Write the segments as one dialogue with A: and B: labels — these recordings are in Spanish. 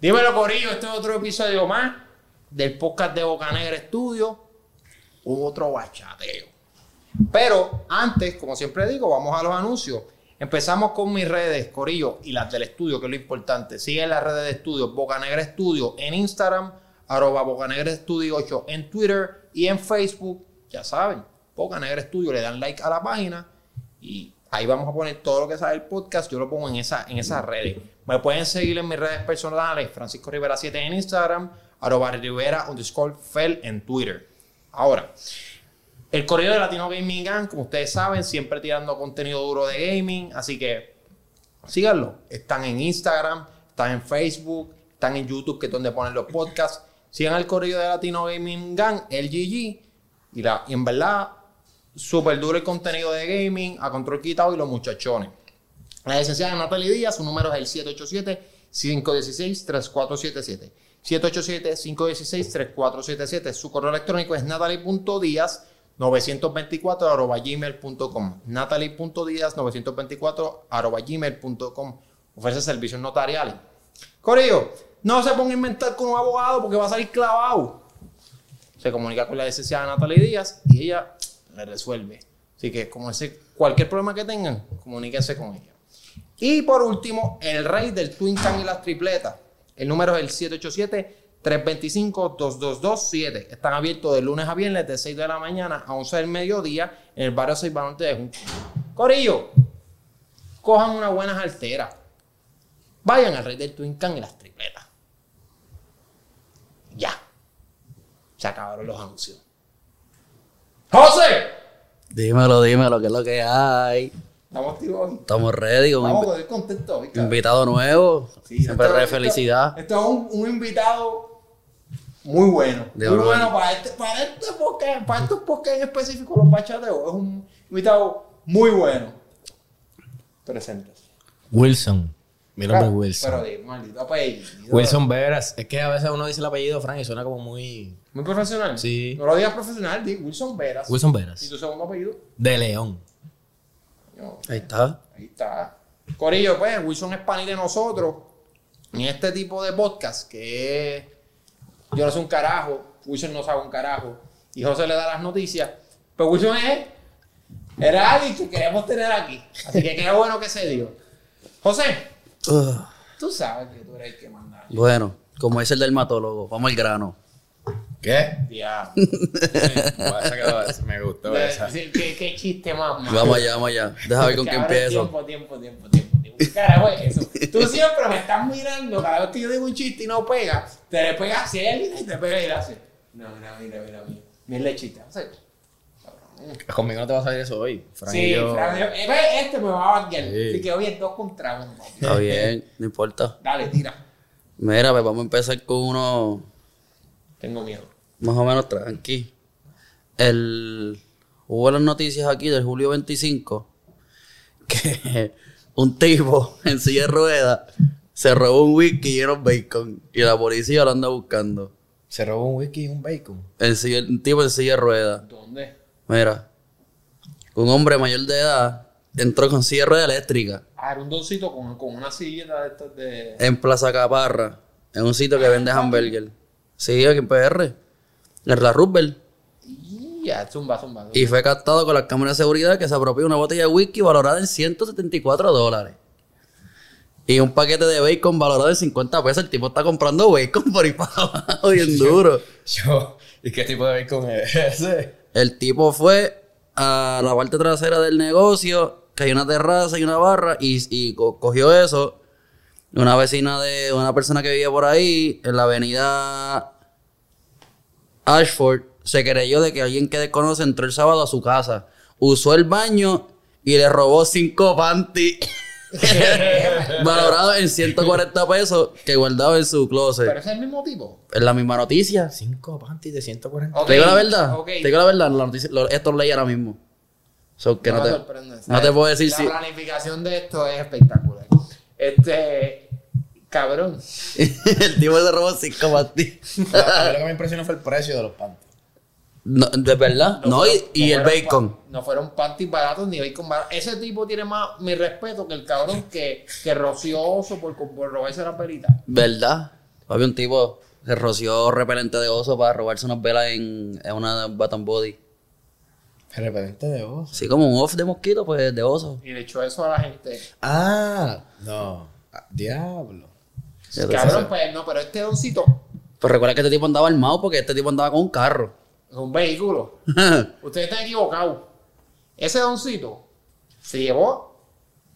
A: Dímelo, Corillo. Este es otro episodio más del podcast de Bocanegra Estudio. Hubo otro bachateo. Pero antes, como siempre digo, vamos a los anuncios. Empezamos con mis redes, Corillo, y las del estudio, que es lo importante. Sigue las redes de estudio, Bocanegra Estudio, en Instagram, arroba Bocanegra Estudio 8 en Twitter y en Facebook. Ya saben, Bocanegra Estudio, le dan like a la página y ahí vamos a poner todo lo que sale el podcast. Yo lo pongo en, esa, en esas redes. Me pueden seguir en mis redes personales, Francisco Rivera 7 en Instagram, arroba Rivera underscore Fel en Twitter. Ahora, el correo de Latino Gaming Gang, como ustedes saben, siempre tirando contenido duro de gaming, así que síganlo. Están en Instagram, están en Facebook, están en YouTube, que es donde ponen los podcasts. Sigan el correo de Latino Gaming Gang, el GG, y, la, y en verdad, súper duro el contenido de gaming, a control quitado y los muchachones. La licenciada Natalie Díaz, su número es el 787-516-3477. 787-516-3477. Su correo electrónico es natalie.díaz. 924 arroba gmail.com natalie.díaz 924 arroba gmail.com ofrece servicios notariales Corillo, no se ponga a inventar con un abogado porque va a salir clavado se comunica con la licenciada Natalie Díaz y ella le resuelve. Así que como ese, cualquier problema que tengan, comuníquense con ella. Y por último, el rey del Twin Can y las tripletas. El número es el 787-325-2227. Están abiertos de lunes a viernes de 6 de la mañana a 11 del mediodía en el barrio 6 Norte de Junco. Corillo, cojan unas buenas alteras. Vayan al rey del Twin Can y las tripletas. Ya. Se acabaron los anuncios. ¡José!
B: Dímelo, dímelo, ¿qué es lo que hay?
A: Estamos activos.
B: Estamos ready con
A: Vamos
B: un
A: con el contento.
B: invi- invitado nuevo. Siempre re felicidad.
A: Esto es un, un invitado muy bueno.
B: De
A: muy
B: honor.
A: bueno para este, para este podcast, para estos podcasts en específico, los bachateos. Es un invitado muy bueno. Presentas.
C: Wilson. Mi nombre es Wilson.
A: Pero de maldito apellido.
C: Wilson Veras. Es que a veces uno dice el apellido Frank y suena como muy.
A: Muy profesional.
C: Sí.
A: No lo digas profesional, di Wilson Veras.
C: Wilson
A: ¿Y
C: Veras.
A: tu segundo apellido?
C: De León.
A: No.
B: Ahí está.
A: Ahí está. Corillo, pues, Wilson es pan de nosotros. En este tipo de podcast que es- yo no sé un carajo, Wilson no sabe un carajo, y José le da las noticias. Pero Wilson es el alguien que queremos tener aquí. Así que qué bueno que se dio. José,
B: Ugh.
A: tú sabes que tú eres el que manda.
B: Bueno, como es el dermatólogo, vamos al grano.
D: ¿Qué?
A: Ya.
D: Bueno, esa quedó- esa me gustó esa.
A: Sí, ¿Qué, qué chiste más malo.
B: Vamos allá, vamos allá. Deja ver con
A: Que
B: qué
A: ahora es
B: empiezo.
A: Tiempo, tiempo, tiempo, tiempo. tiempo. ¿Qué Carajo, es eso. Tú siempre me estás mirando cada vez que yo digo un chiste y no pega. Te le pega hacia él y te pega y le hace. No, mira, mira, mira, mira. Mira el chiste. hace.
D: Conmigo no te va a salir eso hoy. Frank y
A: Sí,
D: yo-
A: Fran, yo- eh, ve, este me va a banquear.
D: Sí.
A: Así que hoy es dos contra uno. papi.
B: Está bien, no importa.
A: Dale, tira.
B: Mira, pues vamos a empezar con uno
A: Tengo miedo.
B: más o menos tranqui. El, hubo las noticias aquí del julio 25 que un tipo en silla de ruedas se robó un whisky lleno de bacon y la policía lo anda buscando.
C: Se robó un whisky y un bacon.
B: En silla- un tipo en silla de ruedas.
A: ¿Dónde?
B: Mira, un hombre mayor de edad entró con silla de ruedas eléctrica
A: Ah, era un doncito con, con una silleta de estas de.
B: en Plaza Caparra, en un sitio que vende hamburger. Sí, aquí en PR, en la Roosevelt.
A: Ya, zumba, zumba.
B: Y fue captado con las cámaras de seguridad que se apropió una botella de whisky valorada en 174 dólares. Y un paquete de bacon valorado en 50 pesos. El tipo está comprando bacon por ahí para abajo, bien duro.
D: Yo, ¿y qué tipo de bacon es ese?
B: El tipo fue a la parte trasera del negocio, que hay una terraza y una barra, y, y co- cogió eso. Una vecina de una persona que vivía por ahí, en la avenida Ashford, se creyó de que alguien que desconoce entró el sábado a su casa, usó el baño y le robó cinco panties. valorados en 140 pesos que guardaba en su
A: Pero
B: closet.
A: ese es el mismo tipo.
B: Es la misma noticia.
C: Cinco panties de 140.
A: Ok,
B: Te digo la verdad.
A: ok.
B: Te digo la verdad. la noticia- lo- esto lo leí ahora mismo. So, que no,
A: me
B: te,
A: sorprende,
B: no
A: ¿sabes?
B: te puedo decir
A: La
B: si.
A: planificación de esto es espectacular. Este. Cabrón.
B: el tipo le robó cinco pastillas.
D: Lo- a mí lo que me impresionó fue el precio de los panties.
B: No, de verdad. No, y,
A: fueron-
B: y
A: no
B: el
A: fueron
B: bacon.
A: pa- No fueron panties baratos ni bacon barato. Ese tipo tiene más mi respeto que el cabrón que, que roció oso por, por robarse la perita.
B: ¿Verdad? Había un tipo se roció repelente de oso para robarse unas velas en, en una Baton Body.
D: Repelente de voz.
B: Así como un off de mosquito, pues de oso.
A: Y le echó eso a la gente.
D: Ah, no. Ah, Diablo.
B: Ya tú
A: Cabrón,
B: sabes.
A: pues no, pero este doncito
B: Pues recuerda que este tipo andaba armado porque este tipo andaba con un carro.
A: es un vehículo. Ustedes están equivocados. Ese doncito se llevó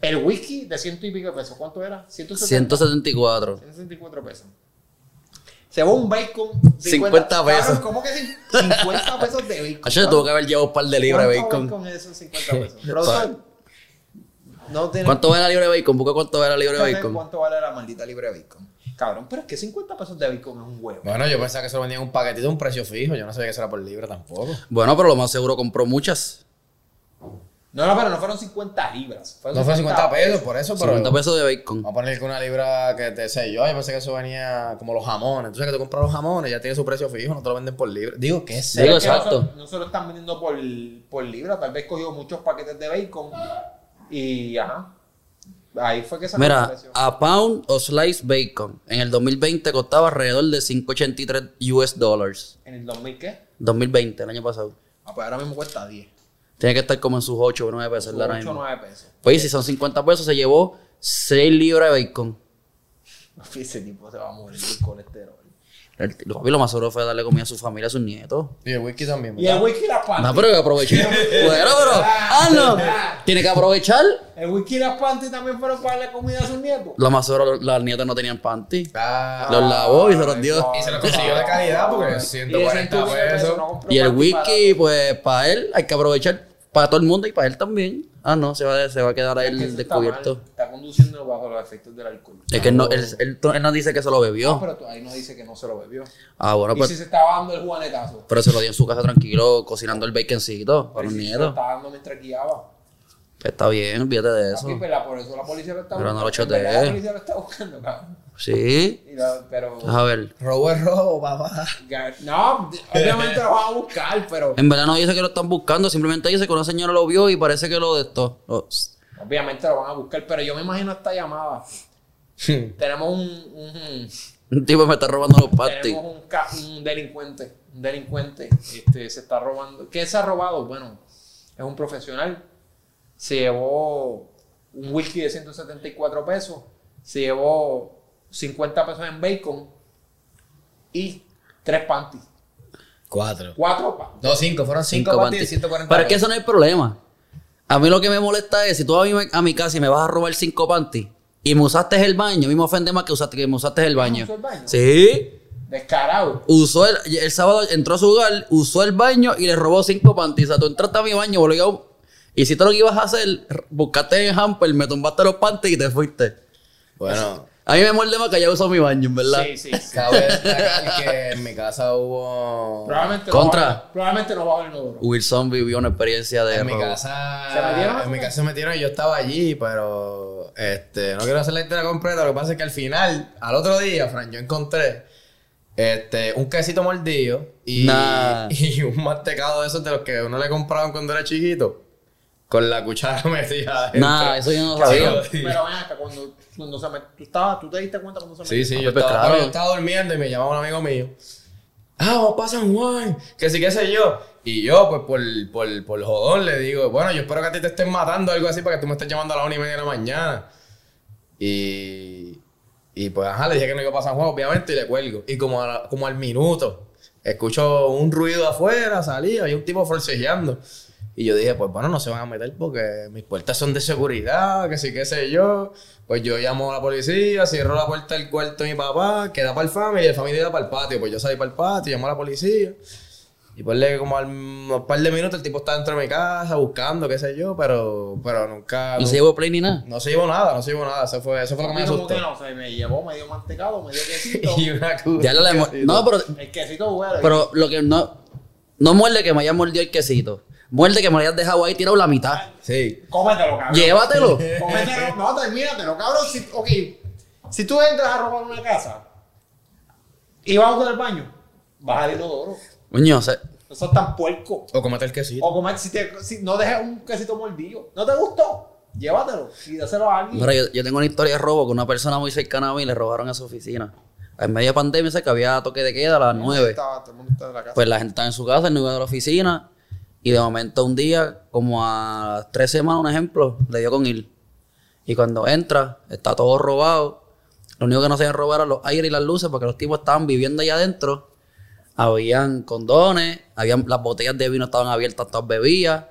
A: el whisky de ciento y pico de pesos. ¿Cuánto era? 170.
B: 174.
A: 164 pesos. Se llevó un bacon.
B: 50 pesos.
A: Cabrón, ¿Cómo que cin- 50 pesos de bacon?
B: Acho, tuvo que haber llevado un par de libras de
A: ¿Cuánto
B: bacon.
A: bacon es esos 50 pesos? Rosa, no tiene
B: ¿Cuánto vale la libra de bacon? Busca cuánto vale la libra de
A: Fíjate
B: bacon.
A: ¿Cuánto vale la maldita libra de bacon? Cabrón, pero es que 50 pesos de bacon es un huevo.
D: Bueno, yo pensaba que se lo vendían un paquetito a un precio fijo. Yo no sabía que eso era por libra tampoco.
B: Bueno, pero lo más seguro compró muchas.
A: No, no, pero no fueron 50 libras.
D: No fue 50 pesos, por eso, pero.
B: 50 pesos de bacon.
D: Vamos a poner que una libra que te sé yo. Yo pensé que eso venía como los jamones. Entonces, que tú compras los jamones, ya tiene su precio fijo, no te lo venden por libra. Digo, ¿qué es
B: Digo,
A: Es que no
B: exacto.
A: se- No se lo están vendiendo por, por libra. Tal vez cogió muchos paquetes de bacon y ajá. Ahí fue que sacó el
B: Mira, ah.
A: precio.
B: a pound o slice bacon en el 2020 costaba alrededor de 5.83 US dollars.
A: ¿En el 2000 qué?
B: 2020, el año pasado.
A: Ah, pues ahora mismo cuesta 10.
B: Tiene que estar como en sus 8 o 9 pesos. la
A: 8 o
B: misma.
A: 9 pesos.
B: Pues si son 50 pesos, se llevó 6 libras de bacon.
A: Ese tipo se va a morir del colesterol.
B: El- Lo, papi, lo más seguro fue darle comida a su familia, a sus nietos.
D: Y el whisky también.
A: Y
D: ¿verdad?
A: el whisky las panties.
B: No, pero que aprovechó. bueno, pero. Ah, no. Tiene que aprovechar.
A: El whisky y las panties también fueron para darle comida a sus nietos.
B: Lo más seguro, las nietas no tenían panty.
D: Ah,
B: Los lavó y se los dio.
D: y se lo consiguió de calidad porque
A: Y de
D: 140
A: 120 pesos
D: pesos.
A: no compró
B: Y el
A: panties barato.
B: whisky, pues para él hay que aprovechar para todo el mundo y para él también. Ah, no, se va, se va a quedar ahí
A: Es que eso
B: el
A: está mal,
B: descubierto.
A: Está conduciendo bajo los efectos del alcohol.
B: Es que él no, él, él- él no dice que se lo bebió.
A: Ah, Pero tú- ahí no dice que no se lo bebió.
B: Ah, bueno,
A: y si
B: pues,
A: se estaba dando el juanetazo.
B: pero se lo dio en su casa tranquilo, cocinando el baconcito para
A: Pero
B: los
A: si se lo
B: nietos.
A: estaba dando mientras guiaba.
B: Está bien, olvídate de eso.
A: Papi, pues. pero por eso la policía lo está
B: Pero no
A: buscando.
B: lo
A: En verdad,
B: choteé.
A: La policía lo está buscando, cabrón.
B: Sí. Pues,
A: Y la- pero.
B: A ver.
D: Robo es robo, papá.
A: No, obviamente lo van a buscar, pero.
B: En verdad no dice que lo están buscando, simplemente dice que una señora lo vio y parece que lo Oh, de esto. lo-
A: Obviamente lo van a buscar, pero yo me imagino esta llamada. Tenemos un- un
B: Un tipo me está robando los pastis.
A: Tenemos un, ca- un delincuente, un delincuente, este, se está robando. ¿Qué se ha robado? Bueno, es un profesional. Se llevó un whisky de 174 pesos, se llevó 50 pesos en bacon y tres panties.
D: Cuatro.
A: Cuatro panties.
D: No, cinco. Fueron cinco,
B: Cinco
D: panties
B: panties.
D: y 140
B: Pero es que eso no es el problema. A mí lo que me molesta es, si tú a mí me- a mi casa y me vas a robar cinco panties y me usaste el baño, a mí me ofende más que, usaste, que me usaste el baño.
A: usó el baño?
B: Sí.
A: Descarado.
B: Usó el, el sábado, entró a su hogar, usó el baño y le robó cinco panties. O sea, tú entraste a mi baño, boludo. Y si te lo que ibas a hacer, buscaste en hamper, me tumbaste los panties y te fuiste.
D: Bueno,
B: A mí me muerde más que haya usado mi baño, en verdad.
A: Sí, sí, sí.
D: cabe destacar que en mi casa hubo.
A: Probablemente
B: Contra.
A: No va, probablemente no va a el número.
B: Wilson vivió una experiencia de
D: En mi
B: robo.
D: casa.
A: ¿Se metieron?
D: En mi casa se metieron y yo estaba allí, pero. Este, no quiero hacer la historia completa. Lo que pasa es que al final, al otro día, Fran, yo encontré. Este, un quesito mordido y,
B: Nah.
D: y un mantecado de esos de los que uno le compraban cuando era chiquito. Con la cuchara metida adentro.
B: Nah, eso yo no lo sabía.
D: Sí.
A: Pero ven acá, cuando, cuando se me, tú, estabas, tú te diste cuenta cuando se me.
D: Sí, sí, yo
B: pues
D: estaba,
B: claro.
D: pero yo estaba durmiendo y me llamaba un amigo mío. Ah, vamos para San Juan. Que sí, qué sé yo. Y yo, pues, por, por, por jodón le digo, bueno, yo espero que a ti te estén matando o algo así para que tú me estés llamando a las una y media de la mañana. Y, y pues, ajá, le dije que no iba para San Juan, obviamente, y le cuelgo. Y como, a la- como al minuto, escucho un ruido afuera, salía, hay un tipo forcejeando. Y yo dije, pues bueno, no se van a meter porque mis puertas son de seguridad, que sí, qué sé yo. Pues yo llamo a la policía, cierro la puerta del cuarto de mi papá, que da para el family, y el family da para el patio. Pues yo salí para el patio, llamo a la policía. Y pues le- como al un par de minutos el tipo está dentro de mi casa buscando, qué sé yo, pero, pero nunca...
B: No se llevó play ni nada.
D: no se llevó nada, no se llevó nada. Eso fue, eso fue lo que me
A: Papi, como
D: asustó.
A: que no, se me llevó medio mantecado, medio quesito.
D: Y una cu-
B: Ya lo le mu- No, pero,
A: El quesito bueno.
B: pero lo que no. No muerde que me haya mordido el quesito. Muerde que me lo hayas dejado ahí tirado la mitad.
D: Sí.
A: Cómetelo, cabrón.
B: Llévatelo.
A: Cómetelo. No, termínatelo, cabrón. Si, ok. Si tú entras a robar una casa y vas a usar el baño, vas al inodoro.
B: Coño, se-
A: No seas tan puerco.
D: O comete el quesito.
A: O comer, si, te, si no dejes un quesito mordido. ¿No te gustó? Llévatelo y dáselo a alguien.
B: Mira, yo, yo tengo una historia de robo con una persona muy cercana a mí le robaron a su oficina. en media pandemia, sé que había toque de queda a las 9.
A: Estaba, todo el mundo estaba en la casa.
B: Pues la gente estaba en su casa, él no iba a la oficina. Y de momento un día, como a tres semanas, un ejemplo, le dio con ir. Y cuando entra, está todo robado. Lo único que no se habían robado eran los aires y las luces, porque los tipos estaban viviendo allá adentro. Habían condones, habían, las botellas de vino estaban abiertas, todas bebidas.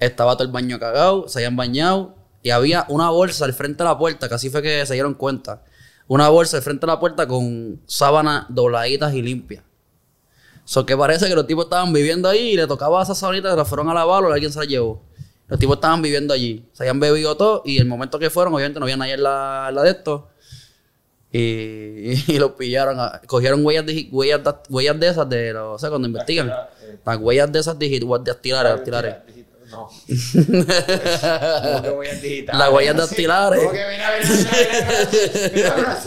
B: Estaba todo el baño cagado, se habían bañado. Y había una bolsa al frente de la puerta, que así fue que se dieron cuenta. Una bolsa al frente de la puerta con sábanas dobladitas y limpias. So que parece que los tipos estaban viviendo ahí y le tocaba a esas sábanas, las fueron a lavar o alguien se las llevó. Los tipos estaban viviendo allí. Se habían bebido todo y el momento que fueron, obviamente no había nadie en la, en la de esto. Y, y los pillaron. a- Cogieron huellas, digi- huellas, da- huellas de esas de los, o sea, cuando investigan. Las huellas de esas digitales, dactilares, dactilares.
A: No. ¿Cómo que huellas digitales?
B: Las huellas
A: Sí.
B: dactilares.
A: ¿Cómo que mira, mira, mira, mira, mira, mira.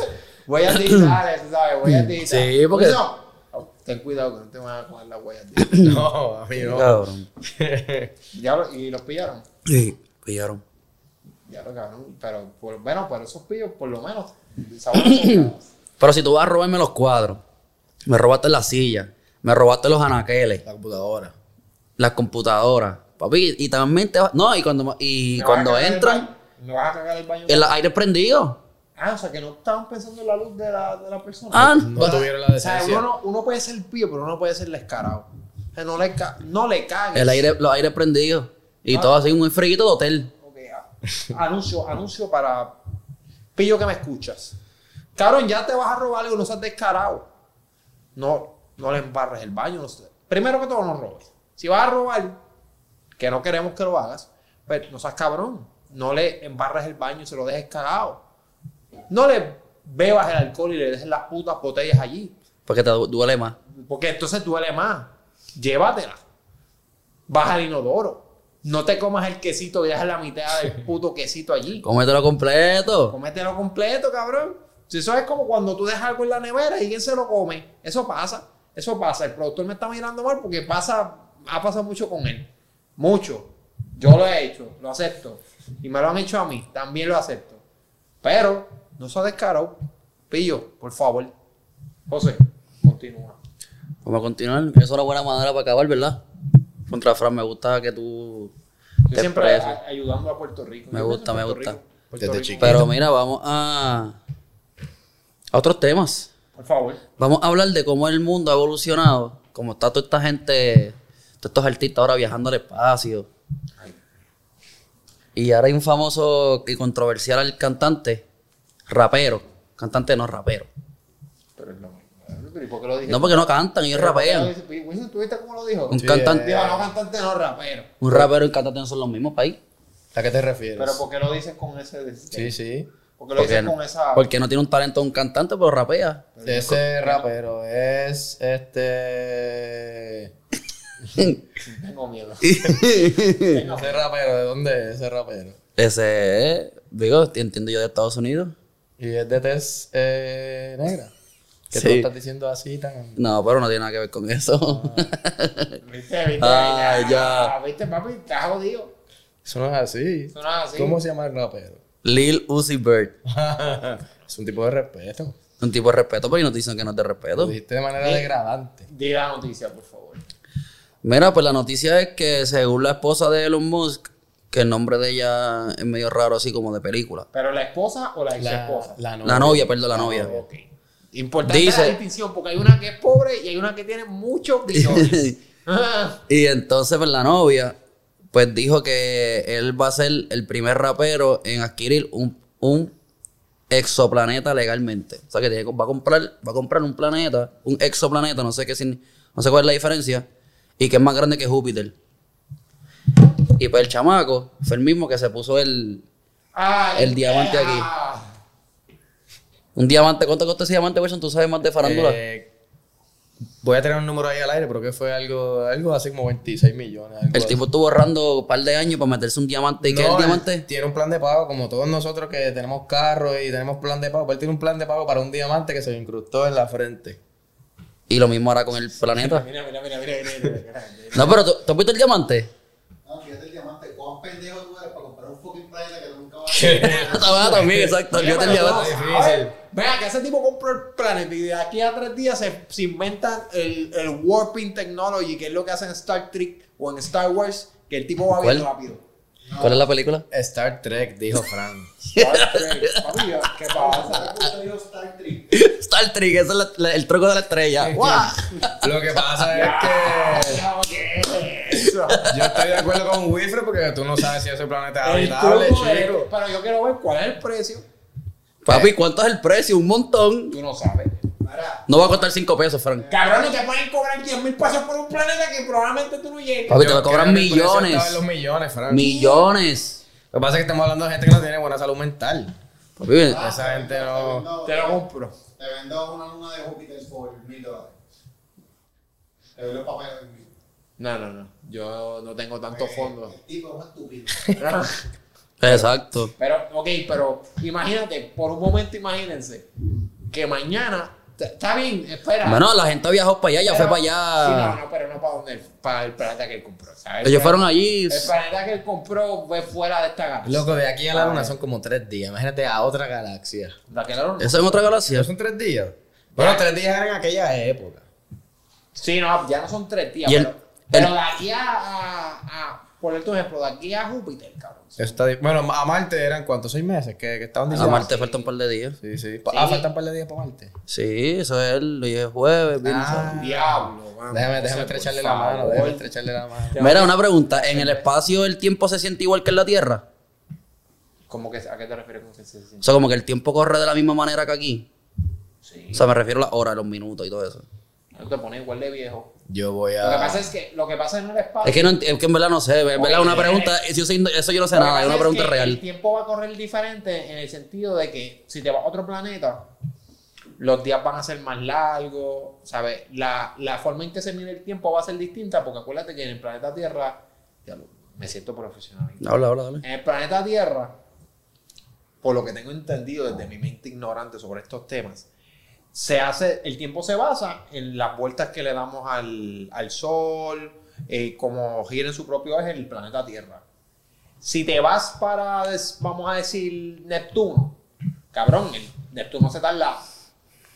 A: Huellas digitales, tú sabes, huellas digitales.
B: Sí, porque-
A: No. Oh, Ten cuidado que no te van a coger las huellas digitales.
D: No, amigo.
B: Cabrón.
A: Ya lo- y los pillaron.
B: Sí, pillaron.
A: Ya lo cabrón. Pero por, bueno, pero esos pillos, por lo menos, saben
B: Pero si tú vas a robarme los cuadros, me robaste la silla, me robaste los anaqueles,
C: La computadora.
B: las computadoras, papi, y también te vas. No, y cuando, y cuando entran,
A: No vas a cagar el baño.
B: el aire prendido.
A: Ah, o sea que no estaban pensando en la luz de la, de la persona.
B: Ah,
D: No tuvieron la
A: O sea,
D: decencia.
A: uno, no- uno puede ser pillo, pero uno puede ser descarado. O sea, no le, ca- no le cagues.
B: el aire, los aires prendidos. Y todo así, muy friguito de hotel.
A: Ok, a- anuncio, anuncio para pillo que me escuchas. Cabrón, ya te vas a robar algo, no seas descarado. No, no le embarres el baño. no sé. Primero que todo, no robes. Si vas a robar, que no queremos que lo hagas, pero no seas cabrón. No le embarres el baño y se lo dejes cagado. No le bebas el alcohol y le dejes las putas botellas allí.
B: Porque te du- duele más.
A: Porque entonces duele más. Llévatela. Baja el inodoro. No te comas el quesito y dejas la mitad del puto quesito allí.
B: Cómetelo completo.
A: Comételo completo, cabrón. Si eso es como cuando tú dejas algo en la nevera y quién se lo come. Eso pasa. Eso pasa. El productor me está mirando mal porque pasa, ha pasado mucho con él. Mucho. Yo lo he hecho, lo acepto. Y me lo han hecho a mí, también lo acepto. Pero, no seas descarado. Pillo, por favor. José, continúa.
B: Vamos a continuar. Eso es una buena manera para acabar, ¿verdad? Contra Fran, me gusta que tú.
A: Yo
B: te
A: siempre
B: expreses.
A: a- ayudando a Puerto Rico.
B: Me
A: Yo
B: gusta,
A: pienso en
B: me
A: Puerto
B: gusta.
A: Puerto
D: Desde
A: Rico,
D: chiquito.
B: Pero mira, vamos a. a otros temas.
A: Por favor.
B: Vamos a hablar de cómo el mundo ha evolucionado, cómo está toda esta gente, todos estos artistas ahora viajando al espacio. Y ahora hay un famoso y controversial al cantante, rapero. Cantante no, rapero.
A: Pero es lo mismo. Pero ¿y por qué lo dije?
B: No porque no cantan, ellos
A: Pero ¿por qué lo
B: rapean.
A: dice? Wilson, ¿tú viste cómo lo dijo?
B: Un
A: Sí.
B: cantante,
D: eh,
A: Dijo, no cantante, no rapero.
B: un rapero y un cantante no son los mismos, país.
D: ¿A qué te refieres?
A: Pero ¿por qué lo dices con ese...
D: Sí, sí.
A: ¿Por qué lo dices
B: Porque-
A: con esa...
B: Porque no tiene un talento un cantante, pero rapea.
D: Ese rapero es este.
A: Tengo miedo. Tengo
D: Ese
A: miedo.
D: rapero, ¿de dónde es ese rapero?
B: Ese es, digo, entiendo yo de Estados Unidos.
D: Y es de tez eh, negra. Que tú
B: Sí.
D: lo estás diciendo así tan.
B: No, pero no tiene nada que ver con eso.
A: Ah. ¿Viste? ¿Viste?
B: Ah,
A: Ah, ¿Viste, papi? Estás jodido.
D: Eso no es así.
A: Eso no es así.
D: ¿Cómo se llama el rapero?
B: Lil Uzi Bird.
D: es un tipo de respeto.
B: Un tipo de respeto, porque no te dicen que no es de
D: Lo
B: respeto.
D: dijiste de manera degradante.
A: Di la noticia, por favor.
B: Mira, pues la noticia es que según la esposa de Elon Musk, que el nombre de ella es medio raro, así como de película.
A: ¿Pero la esposa o la ex esposa?
D: La, la novia.
B: La novia, perdón, la novia.
A: Ok. Importante
B: Dice-
A: la distinción, porque hay una que es pobre y hay una que tiene muchos billones. Ah,
B: y entonces, pues la novia, pues dijo que él va a ser el primer rapero en adquirir un, un exoplaneta legalmente. O sea, que tiene que- va, a comprar, va a comprar un planeta, un exoplaneta, no sé qué signi- no sé cuál es la diferencia, y que es más grande que Júpiter. Y pues el chamaco fue el mismo que se puso el,
A: ah,
B: El diamante aquí.
A: ah.
B: Un diamante, ¿cuánto costó ese diamante, Wilson? Tú sabes más de farándula.
D: Eh, voy a tener un número ahí al aire, pero que fue algo, algo así como 26 millones. algo
B: el
D: así.
B: tipo estuvo ahorrando un par de años para meterse un diamante. ¿Y qué es el
D: pues. No, eh. él
B: diamante?
D: Tiene un plan de pago, como todos nosotros que tenemos carro y tenemos plan de pago. pero Él tiene un plan de pago para un diamante que se le incrustó en la frente.
B: Y lo mismo ahora con el planeta.
A: Mira, mira, mira, mira, mira, mira, mira.
B: No, pero ¿tú, tú has visto el diamante?
E: No, Ah, fíjate el diamante, cuán pendejo tú eres para comprar un fucking planeta que nunca va a
B: Esa vaina también, exacto. Yo te el diamante.
A: Ay, Vea que ese tipo compró el planeta y de aquí a tres días se, se inventan el, el warping technology, que es lo que hacen en Star Trek o en Star Wars, que el tipo va bien
B: ¿Cuál?
A: rápido.
B: ¿Cuál es la película?
D: Star Trek, dijo Fran.
A: Star Trek, papi, ¿qué pasa?
E: Star Trek.
B: Star Trek, ese es la- la- el truco de la estrella. ¡Guau!
D: Lo que pasa es que
A: No, ¿qué es eso?
D: yo estoy de acuerdo con Wilfred porque tú no sabes si ese planeta es
A: El eh.
D: habitable,
A: truco es-
D: chico.
A: Pero yo quiero ver cuál es el precio.
B: Papi, ¿cuánto es el precio? Un montón.
A: Tú no sabes.
E: Para.
B: No va a costar 5 pesos, Frank.
A: Cabrón, y te pueden cobrar 10 mil pesos por un planeta que probablemente tú no llegues.
B: Papi, te
D: Yo
B: va a cobrar
D: creo que por eso
B: millones.
D: estaba en los millones, Fran.
B: Millones.
D: Lo que pasa es que estamos hablando de gente que no tiene buena salud mental.
B: Papi,
D: Esa gente no-
A: Te lo compro.
E: Te vendo una luna de Júpiter por mil dólares. Te doy los papeles en mil.
A: No, no, no. Yo no tengo tanto fondo.
E: El tipo es un estúpido.
B: exacto.
A: Pero, ok, pero imagínate, por un momento imagínense que mañana. t- Está bien, espera.
B: Bueno, la gente viajó para allá, ya fue
A: Pero-
B: para
A: Sí, no,
B: allá.
A: no, pero no para donde, para el planeta que él compró. ¿sabes?
B: Ellos
A: El
B: fueron
A: planeta-
B: allí.
A: El planeta que él compró fue fuera de esta galaxia.
D: Loco, de aquí a la luna son como tres días. Imagínate a otra galaxia.
A: De aquel lado no.
B: Eso en otra
D: ¿No
B: galaxia.
D: son tres días? Bueno, tres días eran en aquella época.
A: Sí, no, ya no son tres días.
B: Y el-
A: pero, pero de aquí a, a, a- Por tu ejemplo, de aquí a Júpiter, cabrón.
D: Eso está di- bueno, a Marte eran cuántos, seis meses que, que estaban
B: A
D: diciendo.
B: Marte faltan un par de días.
D: Sí, sí. Pa- Ah,
A: Sí.
D: faltan un par de días para Marte.
B: Sí, eso es el hoy es jueves. viernes,
D: Ah.
B: sábado.
A: Diablo, mano. O
D: Déjame,
A: sea,
D: déjame estrecharle
A: por
D: la mano,
A: favor.
D: déjame estrecharle la mano.
B: Mira, una pregunta. ¿En el espacio el tiempo se siente igual que en la Tierra?
A: ¿Cómo que, ¿A qué te refieres con que se siente?
B: O sea, como que el tiempo corre de la misma manera que aquí.
A: Sí.
B: O sea, me refiero a las horas, los minutos y todo eso.
A: No te pones igual de viejo.
D: Yo voy
A: Lo que
D: a.
A: pasa es que lo que pasa en el espacio.
B: Es que, no, ent- es que en verdad no sé. En verdad una pregunta. si yo soy- eso yo no sé
A: lo que
B: nada.
A: pasa
B: Es una
A: es
B: pregunta
A: que El
B: real.
A: tiempo va a correr diferente en el sentido de que si te vas a otro planeta, los días van a ser más largos, ¿sabes? La, la forma en que se mide el tiempo va a ser distinta, porque acuérdate que en el planeta Tierra, ya lo- me siento profesional.
B: Habla, habla, dale.
A: En el planeta Tierra, por lo que tengo entendido desde mi mente ignorante sobre estos temas, se hace, el tiempo se basa en las vueltas que le damos al, al Sol, eh, como gira en su propio eje el planeta Tierra. Si te vas para, des- vamos a decir, Neptuno, cabrón, el Neptuno se tarda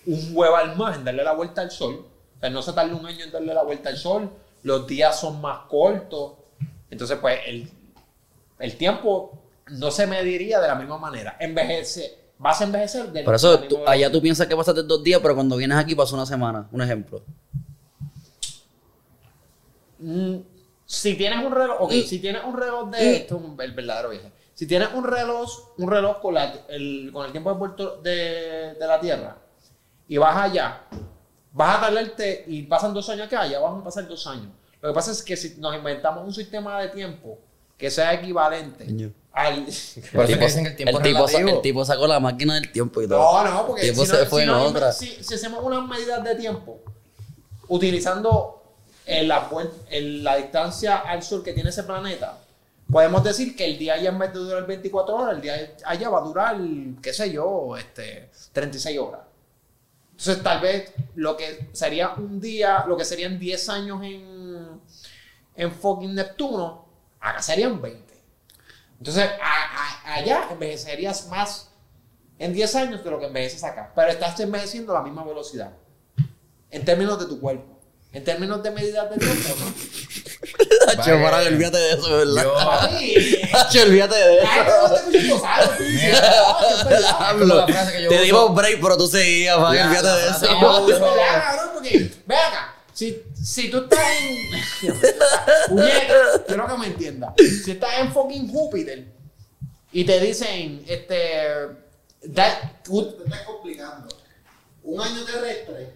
A: un hueval más en darle la vuelta al sol. O sea, no se tarda un año en darle la vuelta al sol. Los días son más cortos. Entonces, pues, el, el tiempo no se mediría de la misma manera. Envejece. Vas a envejecer de
B: Por
A: la
B: eso,
A: misma
B: tú-
A: manera.
B: allá tú piensas que pasaste dos días, pero cuando vienes aquí pasó una semana. Un ejemplo.
A: Mm, si tienes un reloj, ok, si tienes un reloj de esto es un- el verdadero viaje. Si tienes un reloj, un reloj con, la- el, con el tiempo de, Puerto- de, de la Tierra y vas allá, vas a tardarte y pasan dos años acá, ya van a pasar dos años. Lo que pasa es que si nos inventamos un sistema de tiempo que sea equivalente
B: Coño.
A: al.
D: Por eso
B: El
D: que
B: tipo-
D: dicen que el tiempo
B: el
D: es
B: tipo sa-
D: relativo.
B: el tipo sacó la máquina del tiempo y todo.
A: No, no, porque
B: Tiempo
A: si, no-
B: se fue
A: si
B: en
A: no-
B: otra.
A: si- si hacemos unas medidas de tiempo utilizando eh, la, vuel- el- la distancia al sur que tiene ese planeta, podemos decir que el día allá en vez de durar 24 horas, el día allá va a durar, qué sé yo, este, 36 horas. Entonces, tal vez lo que sería un día, lo que serían 10 años en, en fucking Neptuno, acá serían 20. Entonces, a- a- allá envejecerías más en 10 años de lo que envejeces acá. Pero estás envejeciendo a la misma velocidad. En términos de tu cuerpo. En términos de medidas del tiempo, no.
B: Hacho,
D: Vaya.
B: para, olvídate de eso, ¿verdad?
D: Yo.
A: Papi,
B: Hacho, olvídate de eso.
A: ay, pero no te escucho gozar, tú dices, "Ah, es verdad".
D: como la frase que yo
B: Te
D: uso.
B: dimos break, pero tú seguías, man.
D: Ya,
B: Olvídate
D: la
B: de
D: frase
B: eso.
D: que yo
A: No, es verdad, cabrón, porque, ve acá, si, si tú estás en. Puñeta, quiero que me entiendas. Si estás en fucking Júpiter y te dicen, este. that-
E: Tú te estás complicando. Un año terrestre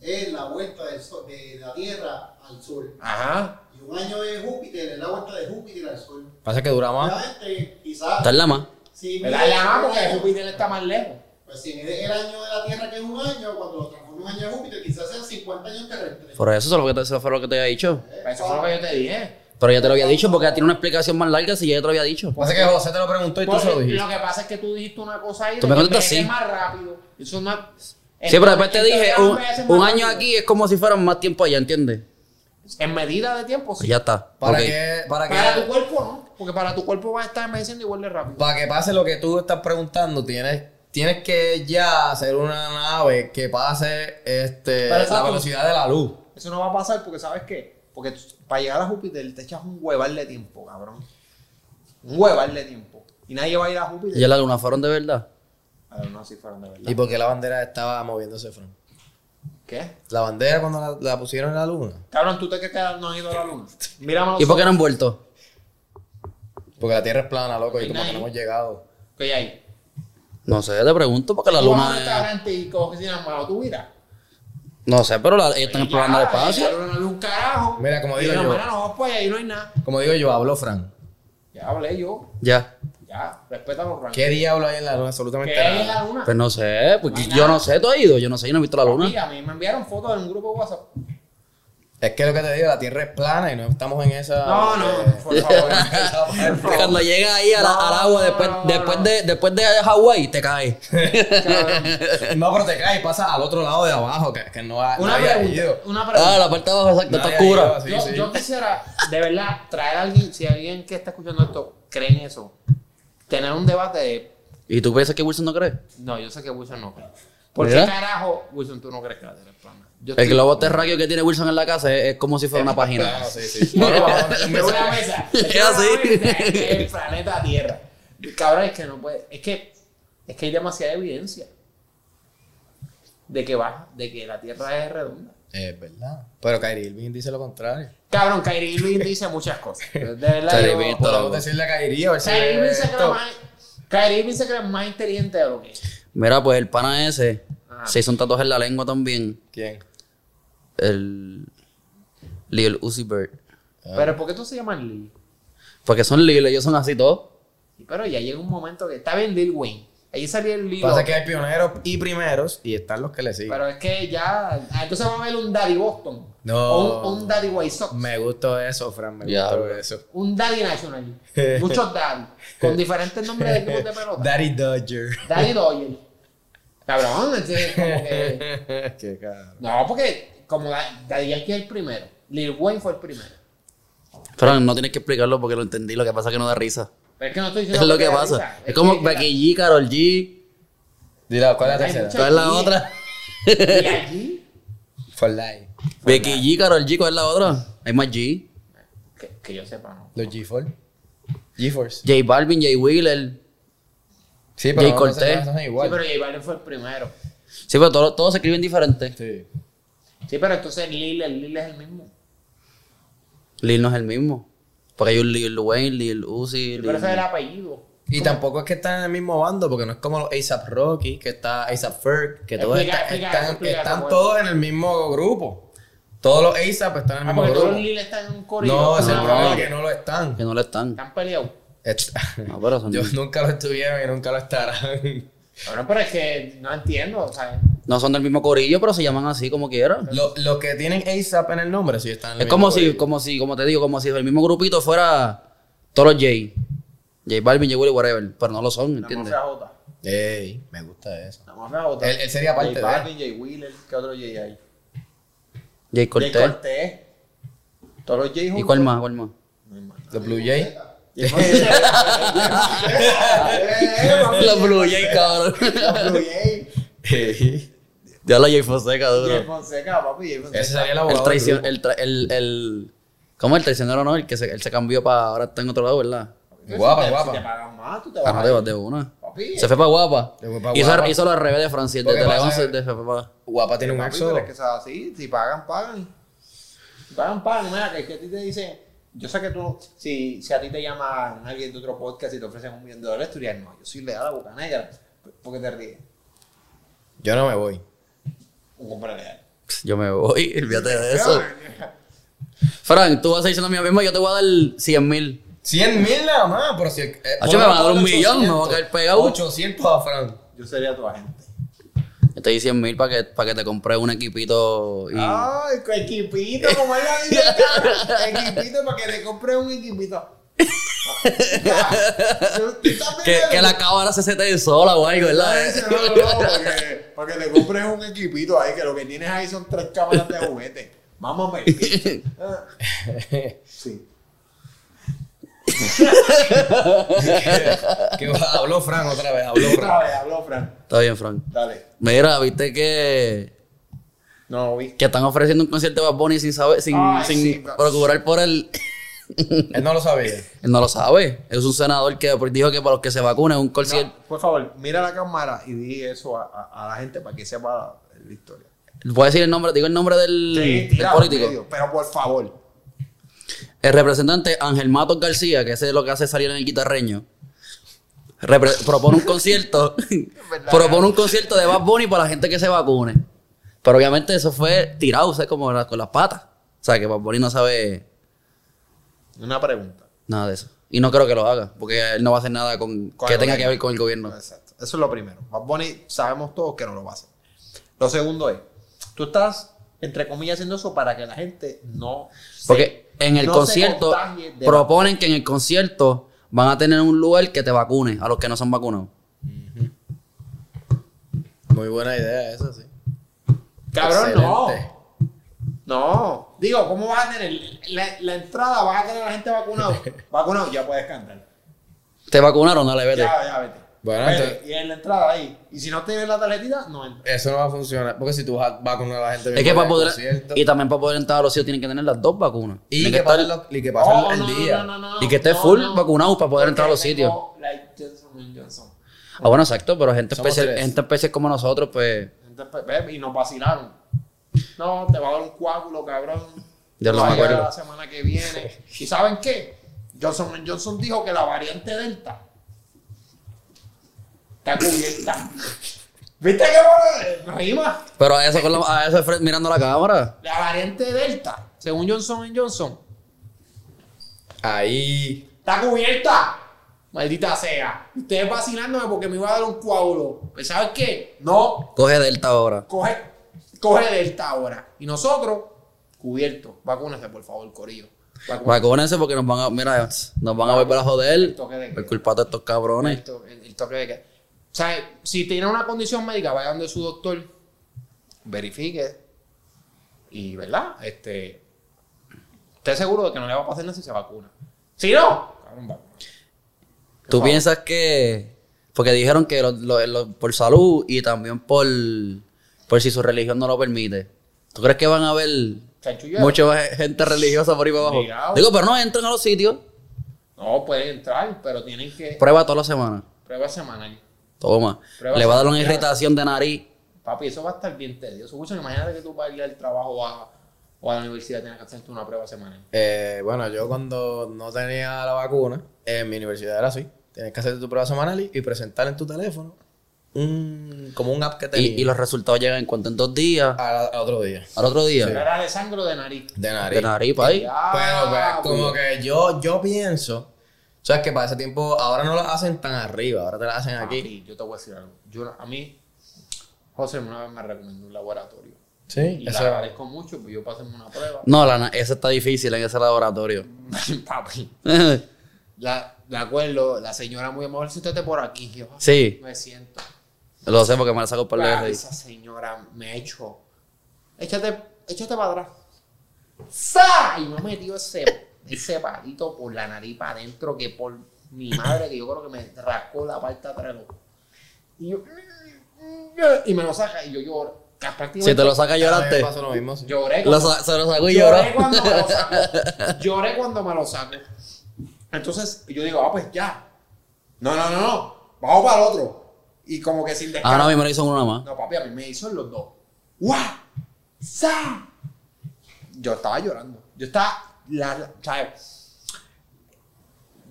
E: es la vuelta del sol- de la Tierra al Sol.
A: Ajá.
E: Y un año de Júpiter es la vuelta de Júpiter al Sol.
D: Pasa que dura más.
E: Obviamente, quizás.
B: Está en la más.
E: Si
A: Me
E: mide
A: la llama
E: el
A: porque
E: año-
A: Júpiter está más lejos.
E: Pues si mide el año de la Tierra, que es un año, cuando lo transforma en un año de Júpiter, quizás sean 50 años terrestres. Eh,
B: Por eso, eso fue lo que te, eso fue lo que te había dicho.
A: Pues Eso fue lo que yo te dije.
B: Pero ya te lo había dicho porque tiene una explicación más larga si ya te lo había dicho.
D: Pasa que José te lo preguntó y tú
A: Porque
D: se lo
A: Pues, eh, Lo
D: dijiste.
A: que pasa es que tú dijiste una cosa ahí.
B: Tú
A: de
B: me
A: que
B: contestas
A: envejece
B: sí.
A: más rápido. Eso no.
B: Sí, pero después te
A: Entonces,
B: dije,
A: entonces
B: un,
A: envejece más
B: un año
A: rápido.
B: aquí es como si fueran más tiempo allá, ¿entiendes?
A: En medida de tiempo,
B: Pues
A: sí.
B: ya está.
D: Para
B: Ok.
D: que. Para que.
A: Para tu cuerpo, no. Porque para tu cuerpo va a estar envejeciendo igual de rápido.
D: Para que pase lo que tú estás preguntando, tienes tienes que ya hacer una nave que pase este,
A: Pero
D: la
A: exacto.
D: velocidad de la luz.
A: Eso no va a pasar porque, ¿sabes qué? Porque tú- para llegar a Júpiter te echas un hueval de tiempo, cabrón. Un hueval de tiempo. Y nadie va a ir a Júpiter.
B: ¿Y en la luna fueron de verdad?
A: A ver, no, si fueron de verdad.
D: ¿Y por qué la bandera estaba moviéndose, Fran?
A: ¿Qué?
D: La bandera cuando la, la pusieron en la luna.
A: Cabrón, ¿tú te crees que no han ido a la luna? Mírame
B: ¿Y por qué no han vuelto?
D: Porque la Tierra es plana, loco, y
A: Ahí
D: como
A: nadie.
D: que no hemos llegado.
A: ¿Qué hay ahí?
B: No sé, te pregunto porque la
A: Tú vas a un
B: luna. es-
A: restaurante y coges sin mano, tú miras.
B: No sé, pero la- ellos están explorando el
A: Ah, La
B: espacio.
A: luna no hay un carajo.
D: Mira, como
A: Y
D: digo
A: la
D: yo.
A: mano, no, pues ahí no hay nada.
D: Como digo yo, hablo Fran.
A: Ya hablé yo.
B: Ya.
A: Ya, respeta los rangos.
D: ¿Qué diablo hay en la luna? Absolutamente
A: ¿Qué hay en la
D: nada.
A: luna?
B: Pues no sé, porque
A: No hay
B: yo
A: nada.
B: no sé, tú has ido, yo no sé, yo no he visto la
A: Sí,
B: luna.
A: a mí me enviaron fotos en un grupo de WhatsApp.
D: Es que lo que te digo, la Tierra es plana y no estamos en esa.
A: No, no, por favor.
B: Cuando llegas ahí a la- al agua, después,
A: No, no,
B: después,
A: no.
B: de, después de Hawái, te caes.
D: No, pero te caes y pasas al otro lado de abajo, que, que no ha.
A: Una
D: nadie ha
A: pregunta.
D: ido.
A: Una pregunta.
B: Ah, la parte de abajo, exacto, está
D: Nadie ha ido,
B: oscura.
D: así,
A: yo,
D: sí.
A: yo quisiera, de verdad, traer a alguien, si alguien que está escuchando esto cree en eso, tener un debate de.
B: ¿Y tú piensas que Wilson no cree?
A: No, yo sé que Wilson no cree. ¿Por
B: ¿Verdad?
A: qué carajo, Wilson, tú no crees que la Tierra es plana? Yo
B: El
A: estoy-
B: globo terráqueo que tiene Wilson en la casa es, es como si fuera una
D: Plano,
B: página.
D: sí, sí.
A: No, no, no, una mesa.
B: Es
A: Una
B: así.
A: mesa, El planeta Tierra. Cabrón, es que no puede. Es que, es que hay demasiada evidencia de que baja, de que la Tierra es redonda.
D: Es verdad. Pero Kyrie Irving dice lo contrario.
A: Cabrón, Kyrie Irving dice muchas cosas. De verdad.
B: Kyrie
A: yo-
B: Irving está
D: Podemos
B: loco.
D: decirle a Kyrie, a ver si.
A: Kyrie Irving se
D: esto-
A: cree más. Kyrie Irving se cree más inteligente de lo que es.
B: Mira, pues el pana ese
D: Ah.
A: Ajá.
B: se hizo un tatuaje en la lengua también.
D: ¿Quién?
B: El. Lil Uzi Bird.
D: Ah.
A: Pero ¿por qué tú se llaman Lil?
B: Porque son Lil, ellos son así todos.
A: Sí, Pero ya llega un momento que está bien Lil Wayne. Ahí salió el Lil.
D: Pasa que hay pioneros y primeros y están los que le siguen.
A: Pero es que ya. ah, Entonces vamos a ver un Daddy Boston.
D: No.
A: O un, un Daddy White Sox.
D: Me gustó eso, Fran, me
B: Diablo.
D: gustó eso.
A: Un Daddy National. Muchos Daddy. Con diferentes nombres de equipos de pelota.
D: Daddy Dodger.
A: Daddy Doyle. Cabrón, entonces como que.
D: Qué caro.
A: No, porque como da- Daddy Yankee es el primero. Lil Wayne fue el primero.
B: Pero no tienes que explicarlo porque lo entendí. Lo que pasa es que no da risa.
A: Pero es que no estoy
B: Es
A: diciendo.
B: lo que
A: da
B: pasa.
A: risa,
B: Es como
A: que-
B: Becky G, Carol G.
D: Dile, ¿cuál es la
A: Hay
D: tercera?
A: mucha-
B: ¿Cuál es la
A: Becky G.
B: otra?
A: Y allí.
D: For life.
B: Becky G, Carol G, ¿cuál es la otra? Hay más G.
A: Que, que yo sepa, no.
D: Los G4. G-Force.
B: J Balvin, J Wheeler.
D: Sí,
B: Jay
D: pero no, no,
B: Cortez.
D: se- no son
A: Sí,
D: igual.
A: pero J Balvin fue el primero.
B: Sí, pero todos, todos se escriben diferente.
D: Sí.
A: Sí, pero entonces Lil, el Lil es el mismo.
B: Lil no es el mismo. Porque hay un Lil Wayne, Lil Uzi,
A: Pero
B: Lil...
A: ese es el apellido.
D: Y tampoco es que están en el mismo bando, porque no es como los A$AP Rocky, que está A$AP Ferg, que todos
A: Explica,
D: están,
A: explica,
D: están-
A: explica,
D: están
A: bueno.
D: todos en el mismo grupo. Todos los A$AP están en
A: Ah,
D: el
A: porque
D: mismo
A: todos los
D: grupo.
A: Lil están en un corrido.
D: No, ese es el
B: no.
D: problema que no lo están.
B: Que no le están.
A: Están peleados.
D: Est-
B: No, pero son-
D: Yo nunca lo estuvieron y nunca lo estarán.
A: Bueno, pero es que no entiendo, ¿sabes?
B: no son del mismo corillo, pero se llaman así como quieran.
D: Los los que tienen ASAP en el nombre sí están en el
B: Es
D: mismo
B: como si,
D: grupo.
B: como si, como te digo, como si el mismo grupito fuera todos los J. J Balvin, J Wheeler, whatever. Pero no lo son,
A: La
B: ¿entiendes?
A: mafia J.
D: Ey, me gusta eso.
A: La mafia J.
D: Él- él sería parte
A: J
D: de-
A: Balvin, J Wheeler, ¿qué otro J hay?
B: J
A: J
B: Cortez.
A: Cortez. Todos los J juntos.
B: ¿Y cuál más? ¿Cuál más?
D: Los Blue Jays.
A: Y el más-
D: Eh,
B: Los Blue J, cabrón.
A: Los Blue J.
B: Ya la J Fonseca,
A: J
B: duro.
A: Fonseca, papi. J Fonseca.
D: Ese sería el abogado.
B: El traición,
D: del
B: el, tra- el, el, ¿cómo es? el traicionero no? El que se, él se cambió para, ahora está en otro lado, ¿verdad?
D: grupo. Guapa,
A: Si te- Si te
D: guapa.
A: pagan más, tú te
B: Ah,
A: vas
B: no
A: a
B: te
A: ir.
B: vas de una.
A: Papi,
B: Se fue para Guapa.
D: Se fue pa'
B: Hizo,
D: Guapa.
B: hizo lo al revés de Francis, de
D: Lo que
B: Tele
D: pasa
B: 11
D: es-
B: de fue pa-
D: Guapa tiene un
A: Papi,
D: axo.
A: pero es que es así. Si pagan, pagan. Si pagan, pagan. Mira, que, es que a ti te dicen. Yo sé que tú, si, si a ti te llama alguien de otro podcast y te ofrecen un millón de dólares, tú dirías, no, yo soy leal a Boca Negra. ¿Por qué te ríes?
D: Yo no me voy.
A: Un compra leal.
B: Pss, Yo me voy, olvídate de eso. Frank, tú vas a ir diciendo lo mismo, yo te voy a dar 100 mil.
D: 100 mil nada más, pero si. eh,
B: Hacho, Ah, me van a dar un
D: 800,
B: millón, me voy a caer pegado.
D: 800 a Fran.
A: Yo sería tu agente.
B: Yo te di 100 mil para que, para que te compre un equipito y...
A: Ay, con equipito, como él lo dice. cara. equipito para que te compre un equipito. ¿Tú- tú estás
B: que,
A: viendo?
B: que la cámara se sete sola o algo, ¿verdad?
A: No, no, no, porque- Para que te compres un equipito ahí, que lo que tienes ahí son tres cámaras de juguete. Vamos a ver. Sí.
D: que habló Fran otra vez, habló Fran.
A: vez, habló Fran.
B: Está bien, Frank.
A: Dale.
B: Mira, viste que,
A: No lo vi.
B: que están ofreciendo un concierto de Bad Bunny sin saber, sin,
A: Ay,
B: sin
A: sí, bro.
B: procurar por él.
D: Él no lo sabía.
B: Él no lo sabe. Es un senador que dijo que para los que se vacunen un concierto.
A: No, Ah, por favor, mira la cámara y di eso a, a- a la gente para que sepa la historia.
B: Voy a decir el nombre, digo el nombre del, del
A: tíralo,
B: político.
A: medio, pero por favor.
B: El representante Ángel Matos García, que ese es lo que hace salir en el guitarreño, repre- propone un concierto. propone un concierto de Bad Bunny para la gente que se vacune. Pero obviamente eso fue tirado, o sea, como la- con las patas. O sea, que Bad Bunny no sabe
A: Una pregunta.
B: nada de eso. Y no creo que lo haga, porque él no va a hacer nada con,
A: Con
B: que
A: el
B: tenga
A: gobierno.
B: que ver con el gobierno.
A: Exacto. Eso es lo primero. Bad Bunny sabemos todos que no lo va a hacer. Lo segundo es, tú estás, entre comillas, haciendo eso para que la gente no... se-
B: Porque en el
A: no se
B: concierto
A: contagie de la-
B: proponen que en el concierto van a tener un lugar que te vacune a los que no se han vacunado.
D: Muy buena idea esa, sí.
A: Cabrón,
D: Excelente.
A: no. No. Digo, ¿cómo vas a tener la, la entrada? ¿Vas a tener a la gente vacunado? vacunado, ya puedes cantar.
B: ¿Te vacunaron? Dale, vete.
A: Ya, ya, vete.
D: Bueno,
A: Vete,
D: entonces-
A: Y en la entrada ahí. Y si no tienes la tarjetita, no entras.
D: Eso no va a funcionar. Porque si tú vas a vacunar a la gente
B: Es que
D: mismo en
B: para
D: el
B: poder.
D: concierto-
B: Y también para poder entrar a los sitios tienen que tener las dos vacunas.
D: Y
B: Tienen
D: que,
B: que estar-
D: pase lo- y que pase
A: Oh,
D: el
A: no, no,
D: día.
A: no, no, no, no.
B: y que esté
A: No,
B: full
A: no.
B: vacunado para poder
A: Porque
B: entrar a los sitios.
A: tengo la Johnson Johnson.
B: Ah, bueno, exacto, pero gente
D: Somos
B: especial,
D: tres.
B: gente especial como nosotros, pues.
A: Entonces, pues, ve, y nos vacilaron. No, te va a dar un coágulo, cabrón.
B: Ya no
A: Vas a
B: me acuerdo.
A: llegar La semana que viene. ¿Y saben qué? Johnson Johnson dijo que la variante Delta está cubierta. ¿Viste qué bueno? rima?
B: Pero a eso, con la- a eso de Fred mirando la cámara.
A: La variante Delta, según Johnson Johnson,
D: Ahí.
A: está cubierta. Maldita sea. Ustedes vacilándome porque me iba a dar un coágulo. Pues, ¿saben qué? No,
B: Coge Delta ahora.
A: coge, coge Delta ahora. Y nosotros, cubierto. Vacúnense, por favor, Corillo. Vacúnense.
B: Vacúnense porque nos van a. Mira, nos van a volver a joder.
A: toque de queda.
B: Por culpa de estos cabrones.
A: El, to- el- el toque de queda. O sea, si tiene una condición médica, vaya donde su doctor, verifique. Y, ¿verdad? Este, esté seguro de que no le va a pasar nada si se vacuna. Si no, cabrón, vacuna.
B: ¿Tú
A: favor.
B: piensas que.? Porque dijeron que los- los- los- por salud y también por. Por si su religión no lo permite. ¿Tú crees que van a haber
A: Chanchullo.
B: Mucha gente religiosa por ahí para abajo.
A: Obligado.
B: Digo, pero no entran a los sitios.
A: No, pueden entrar, pero tienen que.
B: Prueba toda la semana.
A: Prueba semanal.
B: Toma.
A: Prueba
B: Le va a dar una
A: semanal.
B: irritación de nariz.
A: Papi, eso va a estar bien tedioso. Escucha, imagínate que tú para ir al trabajo o a, o a la universidad tienes que hacerte una prueba semanal.
D: Eh, bueno, yo cuando no tenía la vacuna, en mi universidad era así. Tienes que hacer tu prueba semanal y, y presentar en tu teléfono un, como un app que tenía.
B: Y, y los resultados llegan en cuanto en dos días.
D: a, a otro día.
B: Al otro día.
A: Era de sangre o de nariz.
D: De nariz.
B: De nariz para ahí.
D: Pero pues,
A: Ah,
D: como que yo, yo pienso, sabes que para ese tiempo ahora no las hacen tan arriba, ahora te las hacen
B: Ah,
D: aquí.
A: Papi, yo te voy a decir algo. Yo, a mí, José una vez me recomendó un laboratorio.
D: Sí,
A: Y le
D: eso.
A: agradezco mucho, pues yo pasé una prueba.
B: No, la, na- eso está difícil en ese laboratorio.
A: Papi, la, de acuerdo, la señora muy amable, siéntate por aquí. Yo,
B: Sí.
A: Me siento.
B: Lo sé porque me la saco por
A: Ah,
B: la
A: esa señora me ha hecho. Échate, échate para atrás. ¡Sa! Y me metió ese, ese palito por la nariz para adentro que por mi madre, que yo creo que me rascó la parte de atrás. loco. Y yo. Y me lo saca y yo lloro. Casi prácticamente
B: Si te lo saca
D: A mí
B: lloraste.
D: me pasó lo mismo. sí.
A: Lloré
B: Lo
A: cuando,
B: sa- se lo sacó y
A: lloré
B: lloró.
A: cuando me lo saco. Lloré cuando me lo saco. Entonces yo digo, ah, pues ya. No, no, no, no. Vamos para el otro. Y como que sin descanso.
B: Ah, no, a mí me lo hizo uno nada más.
A: No, papi, a mí me hizo en los dos. ¡Guau! ¡Sa! Yo estaba llorando. Yo estaba. La, la- ¿sabes?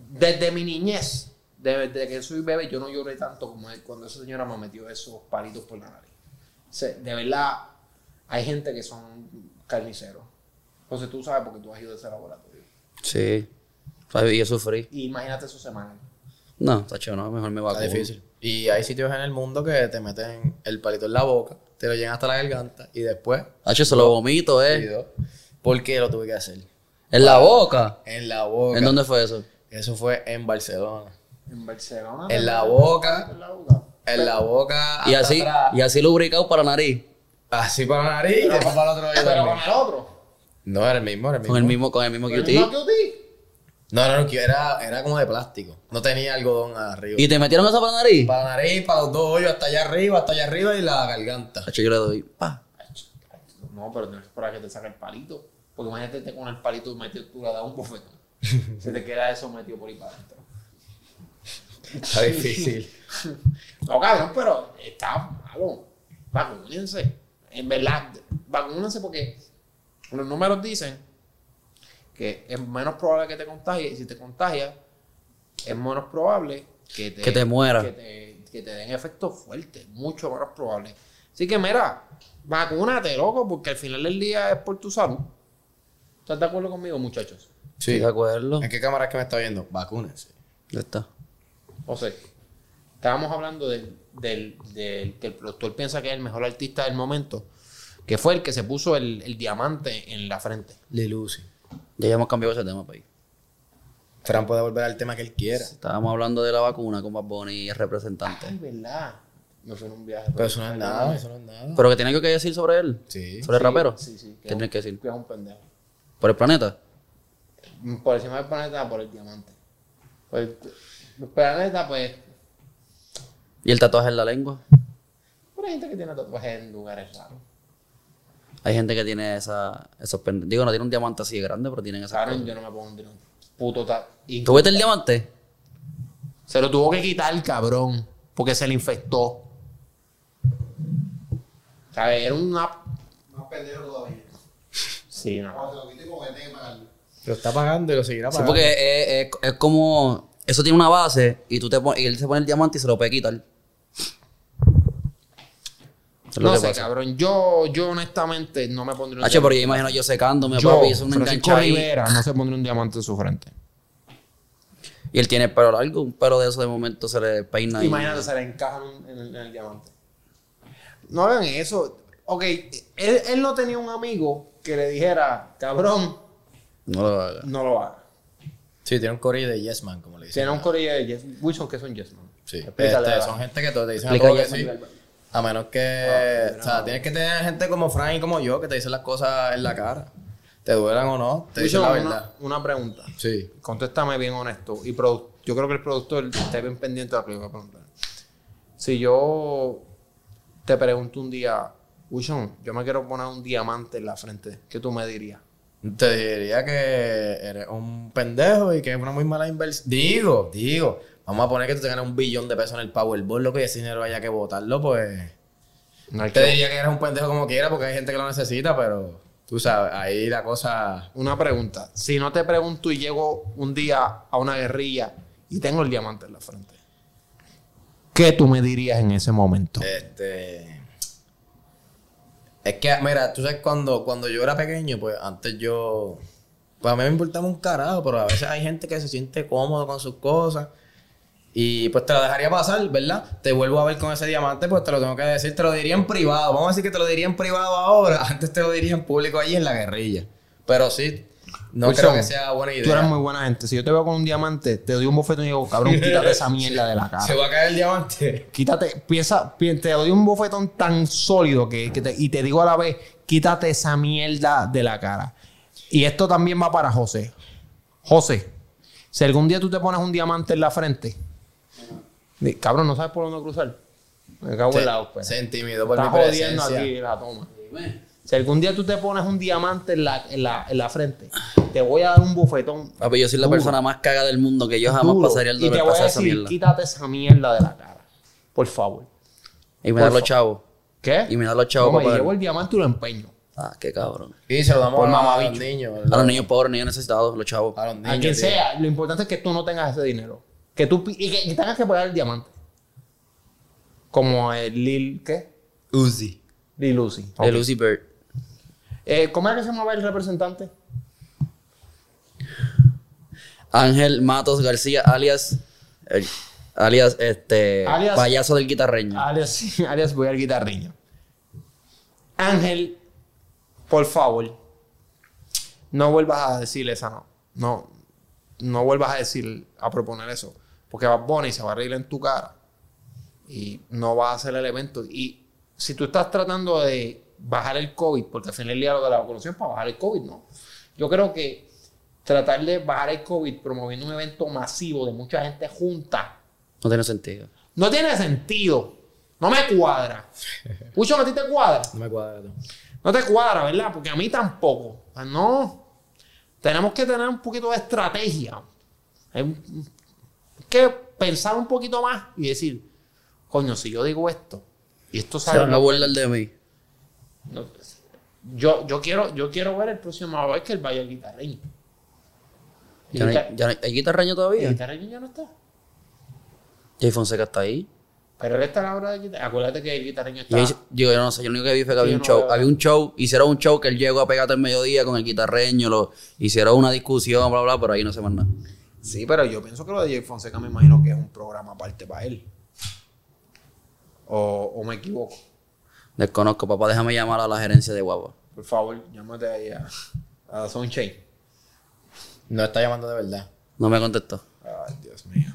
A: Desde mi niñez, de- desde que soy bebé, yo no lloré tanto como él cuando esa señora me metió esos palitos por la nariz. O sea, de verdad, hay gente que son carniceros. Entonces tú sabes porque tú has ido a ese laboratorio.
B: Sí. Pues, Y yo sufrí.
A: Y imagínate su semana.
B: No, tacho, no, mejor me
D: Está
B: vacuno.
D: difícil. Y hay sitios en el mundo que te meten el palito en la boca, te lo llenan hasta la garganta y después
B: Tacho, se lo vomito,
D: y
B: eh.
D: dos. ¿Por qué lo tuve que hacer?
B: En la boca.
D: En la boca.
B: ¿En dónde fue eso?
D: Eso fue en Barcelona.
A: Ah, En Barcelona.
D: En la boca.
A: En la boca.
D: En la boca.
B: Y
D: hasta
B: así,
D: atrás.
B: y así lubricado para la nariz.
D: Así para la nariz y después para el otro oído
A: Pero con
D: también.
A: el otro.
D: No, era el mismo, era el mismo.
B: Con el mismo, con el mismo
A: Pero no
B: QT.
A: que ti.
D: No, no, no, que era, era como de plástico. No tenía algodón arriba.
B: ¿Y te metieron eso para la nariz?
D: para la nariz, para los dos hoyos, hasta allá arriba, hasta allá arriba y la garganta.
B: Hacho, yo le doy. Pa.
A: No, pero tienes que esperar a que te saque el palito. Porque imagínate te con el palito metido, tú le das un bofetón. Se te queda eso metido por ahí para adentro.
D: Está difícil.
A: No, cabrón, pero está malo. Vacúnense. En verdad, vacúnense porque los números dicen que es menos probable que te contagies. Y si te contagias, es menos probable que te,
B: Que te muera.
A: Que te, que te den efectos fuertes. Mucho menos probable. Así que, mira, vacúnate, loco, porque al final del día es por tu salud. ¿Estás de acuerdo conmigo, muchachos?
B: Sí. De acuerdo.
D: ¿En qué cámara es que me está viendo? Vacúnense.
B: Ya está.
A: O sea, estábamos hablando del, del, del que el productor piensa que es el mejor artista del momento, que fue el que se puso el, el diamante en la frente.
D: Lil Uzi.
B: Ya hemos cambiado ese tema, país.
D: Fran puede volver al tema que él quiera.
B: Estábamos hablando de la vacuna con Bad Bunny y el representante.
A: Ay, verdad. No fue en un viaje.
D: Pero eso no es nada, eso no es nada.
B: ¿Pero que tiene algo que decir sobre él?
D: Sí.
B: ¿Sobre el rapero?
A: Sí, sí.
B: ¿Qué tienes que
A: es un-
B: decir?
A: Que es un pendejo.
B: ¿Por el planeta?
A: Por encima del planeta, por el diamante. Por el, el planeta, pues,
B: ¿Y el tatuaje en la lengua?
A: por hay gente que tiene tatuajes en lugares raros.
B: Hay gente que tiene esa, esos pende- Digo, no tiene un diamante así de grande, pero tienen esas
A: Claro,
B: cosas.
A: yo no me pondría un puto tatuaje.
B: ¿Tú viste el diamante?
A: Se lo tuvo que quitar el cabrón. Porque se le infectó. ¿Sabes? Era una.
E: Más pendejo todavía.
A: Sí, no.
E: Cuando te lo quité como que tenés que pagarlo.
D: Lo está pagando y lo seguirá
B: Sí,
D: pagando.
B: porque es, es- es como. Eso tiene una base y tú te pon- y él se pone el diamante y se lo puede quitar. Eso es lo
A: No
B: que
A: sé,
B: pasa.
A: cabrón. Yo, yo honestamente no me pondría un
B: Hacho, pero yo imagino yo secándome,
A: Yo,
B: papi, es un
A: Francisco
B: enganche ahí.
A: Rivera, no se pondría un diamante en su frente.
B: Y él tiene el pelo largo, un pelo de eso de momento se le peina. y-
A: Imagínate, se le encajan en el, en el diamante. No hagan eso. Ok, él, él no tenía un amigo que le dijera, cabrón,
B: No lo haga.
A: no lo haga.
D: Sí, tiene un corrido de Yes Man, como le dicen.
A: Tiene un corilla de Jeff. Wilson, que son Jessman.
D: Sí.
A: Explícale
D: Este,
A: ahora.
D: son gente que todo te dicen a
B: Explica
D: todo lo que
B: Yes
D: sí.
A: Man.
D: A menos que. o sea, tienes que tener gente como Frank y como yo que te dicen las cosas en la cara. Te duelan o no, te dicen
A: Wilson,
D: la
A: una,
D: verdad.
A: una pregunta.
D: Sí.
A: Contéstame bien honesto. Y produ- yo creo que el productor esté bien pendiente de lo que le voy a preguntar. Si yo te pregunto un día, Wilson, yo me quiero poner un diamante en la frente, ¿qué tú me dirías?
D: Te diría que eres un pendejo y que es una muy mala inversión. Digo, digo. Vamos a poner que tú te ganas un billón de pesos en el Powerball, lo que ese dinero haya que votarlo, pues.
A: No hay
D: Te
A: que-
D: diría que eres un pendejo como quiera porque hay gente que lo necesita, pero tú sabes, ahí la cosa.
A: Una pregunta. Si no te pregunto y llego un día a una guerrilla y tengo el diamante en la frente, ¿qué tú me dirías en ese momento?
D: Este. Es que, mira, tú sabes, cuando, cuando yo era pequeño, pues antes yo. Pues a mí me importaba un carajo, pero a veces hay gente que se siente cómodo con sus cosas. Y pues te lo dejaría pasar, ¿verdad? Te vuelvo a ver con ese diamante, pues te lo tengo que decir, te lo diría en privado. Vamos a decir que te lo diría en privado ahora. Antes te lo diría en público allí en la guerrilla. Pero sí, no
A: Wilson,
D: creo que sea buena idea.
A: Tú eres muy buena gente. Si yo te veo con un diamante, te doy un bofetón y digo, cabrón, quítate esa mierda de la cara.
D: Se va a caer el diamante.
A: Quítate, piensa, pi- te doy un bofetón tan sólido que, que te- y te digo a la vez, quítate esa mierda de la cara. Y esto también va para José. José, si algún día tú te pones un diamante en la frente, di- cabrón, no sabes por dónde cruzar. Me cago en
D: Se,
A: la ópera.
D: se intimidó por
A: Estás
D: mi
A: pues. jodiendo
D: presencia.
A: aquí la toma. Si algún día tú te pones un diamante en la, en la, en la frente, te voy a dar un bofetón
B: Papi, yo soy la
A: Duro.
B: persona más caga del mundo que yo jamás
A: duro
B: pasaría el
A: y
B: dolor
A: te
B: de
A: voy a
B: pasar esa
A: decir,
B: mierda.
A: quítate esa mierda de la cara. Por favor.
B: Y me
A: Por
B: dan los
A: fa-
B: chavos.
A: ¿Qué?
B: Y me da los chavos
A: No,
B: para
A: me
B: pagar.
A: llevo el diamante y lo empeño.
B: Ah, qué cabrón.
D: Y se lo damos
A: Por
D: a, los
A: mamabicho.
D: niños.
B: A los niños pobres, niños necesitados, los chavos.
D: A los niños.
A: a quien
D: tío.
A: sea, lo importante es que tú no tengas ese dinero. Que tú pi- y que y tengas que pagar el diamante. Como el Lil, ¿qué?
B: Uzi.
A: Lil Uzi.
B: El Uzi Bird.
A: Eh, ¿Cómo era que se llamaba el representante?
B: Ángel Matos García, alias. el- alias, este.
A: Alias- Ah.
B: payaso del guitarreño.
A: Alias, alias voy al guitarriño. Ángel, por favor, no vuelvas a decir esa no. No, no vuelvas a decir, a proponer eso. Porque Bad Bunny se va a reír en tu cara. Y no va a hacer el evento. Y si tú estás tratando de bajar el COVID, porque al final del día lo de la vacunación es para bajar el COVID, no. Yo creo que tratar de bajar el COVID promoviendo un evento masivo de mucha gente junta.
B: No tiene sentido.
A: No tiene sentido. No me cuadra. Pucho, ¿a ti te cuadra?
C: No me cuadra tú.
A: No te cuadra, ¿verdad? Porque a mí tampoco. O sea, no. Tenemos que tener un poquito de estrategia. Hay un- hay que pensar un poquito más y decir, coño, si yo digo esto y esto
B: Se
A: sale.
B: van a burlar de mí.
A: No, pues, yo, yo, quiero, yo quiero ver el próximo vez que el vaya el guitarreño. Y
B: Ya no
A: guita-
B: hay, ya no hay- ¿hay guitarreño
A: el
B: todavía?
A: guitarreño ya no está.
B: Jay Fonseca está ahí.
A: Pero él está a la hora de guitarreño. Acuérdate que el guitarreño
B: Y
A: está.
B: ahí se- digo, yo no sé, yo lo único que vi fue que había
A: yo
B: un
A: no
B: show.
A: veo.
B: Había un show, hicieron un show que él llegó a pegarte al mediodía con el guitarreño, lo, hicieron una discusión, bla, bla, pero ahí no se más nada.
F: Sí, pero yo pienso que lo de Jay Fonseca me imagino que es un programa aparte para él. O, o me equivoco.
B: Desconozco, papá, déjame llamar a la gerencia de Guapa.
F: Por favor, llámate ahí a, a Sunshine.
C: No está llamando de verdad.
B: No me contestó.
F: Ay, Dios mío.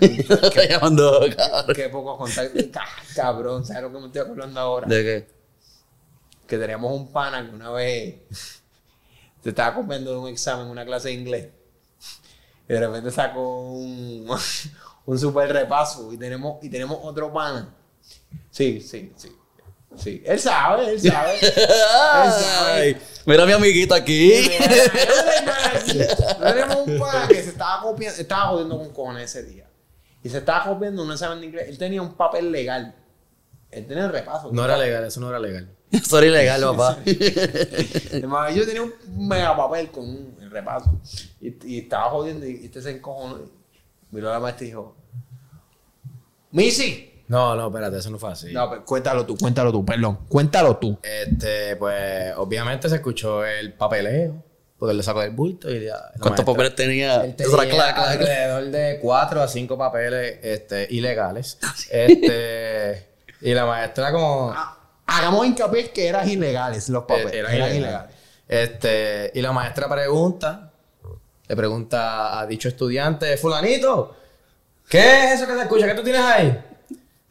B: Está llamando, cabrón.
F: Qué poco contacto. Ca- Cabrón, ¿sabes lo que me estoy acordando ahora?
B: ¿De qué?
F: Que teníamos un pana que una vez se estaba comiendo de un examen, una clase de inglés. Y de repente sacó un, un super repaso. Y tenemos, y tenemos otro pana. Sí, sí, sí. Sí, él sabe, él sabe.
B: Ay, mira a mi amiguita aquí.
F: Tenemos un pana que se estaba copiando, estaba jodiendo con cojones ese día. Y se estaba copiando un examen de inglés. Él tenía un papel legal. Él tenía el repaso.
D: No era legal, eso no era legal.
B: Eso era ilegal, papá.
F: Además, yo tenía un mega papel con un el repaso. Y, y estaba jodiendo y este se encojonó. Miró a la maestra y dijo: Missy.
D: No, no, espérate, eso no fue así.
F: No, pero cuéntalo tú, cuéntalo tú, perdón. Cuéntalo tú.
D: Este, pues, obviamente se escuchó el papeleo, porque él lo sacó del bulto y ya. la
B: ¿Cuántos
D: maestra-
B: papeles tenía?
D: Él
B: Eso era
D: tenía
B: clac, clac, clac.
D: alrededor de cuatro a cinco papeles este, ilegales. Este, y la maestra como...
F: Hagamos hincapié que eran ilegales los papeles.
D: Eh,
F: Eran,
D: eran
F: ilegales.
D: ilegales. Este, y la maestra pregunta, le pregunta a dicho estudiante, fulanito, ¿qué es eso que se escucha? ¿Qué tú tienes ahí?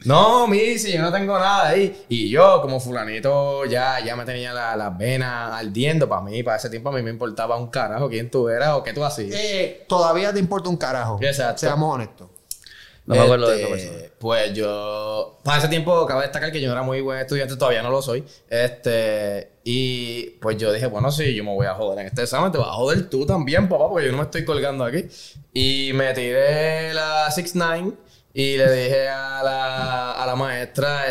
D: No, Missy, yo no tengo nada ahí. Y yo, como fulanito, ya, ya me tenía la- las venas ardiendo para mí. Para ese tiempo a mí me importaba un carajo quién tú eras o qué tú hacías.
F: Eh, todavía te importa un carajo.
D: Exacto.
F: Seamos honestos.
B: No me acuerdo de esa
D: Este,
B: persona.
D: Pues yo, para ese tiempo, cabe destacar que yo no era muy buen estudiante, todavía no lo soy. Este, y pues yo dije, bueno, sí, yo me voy a joder en este examen, te vas a joder tú también, papá, porque yo no me estoy colgando aquí. Y me tiré la 6-9 y le dije a la, a la maestra,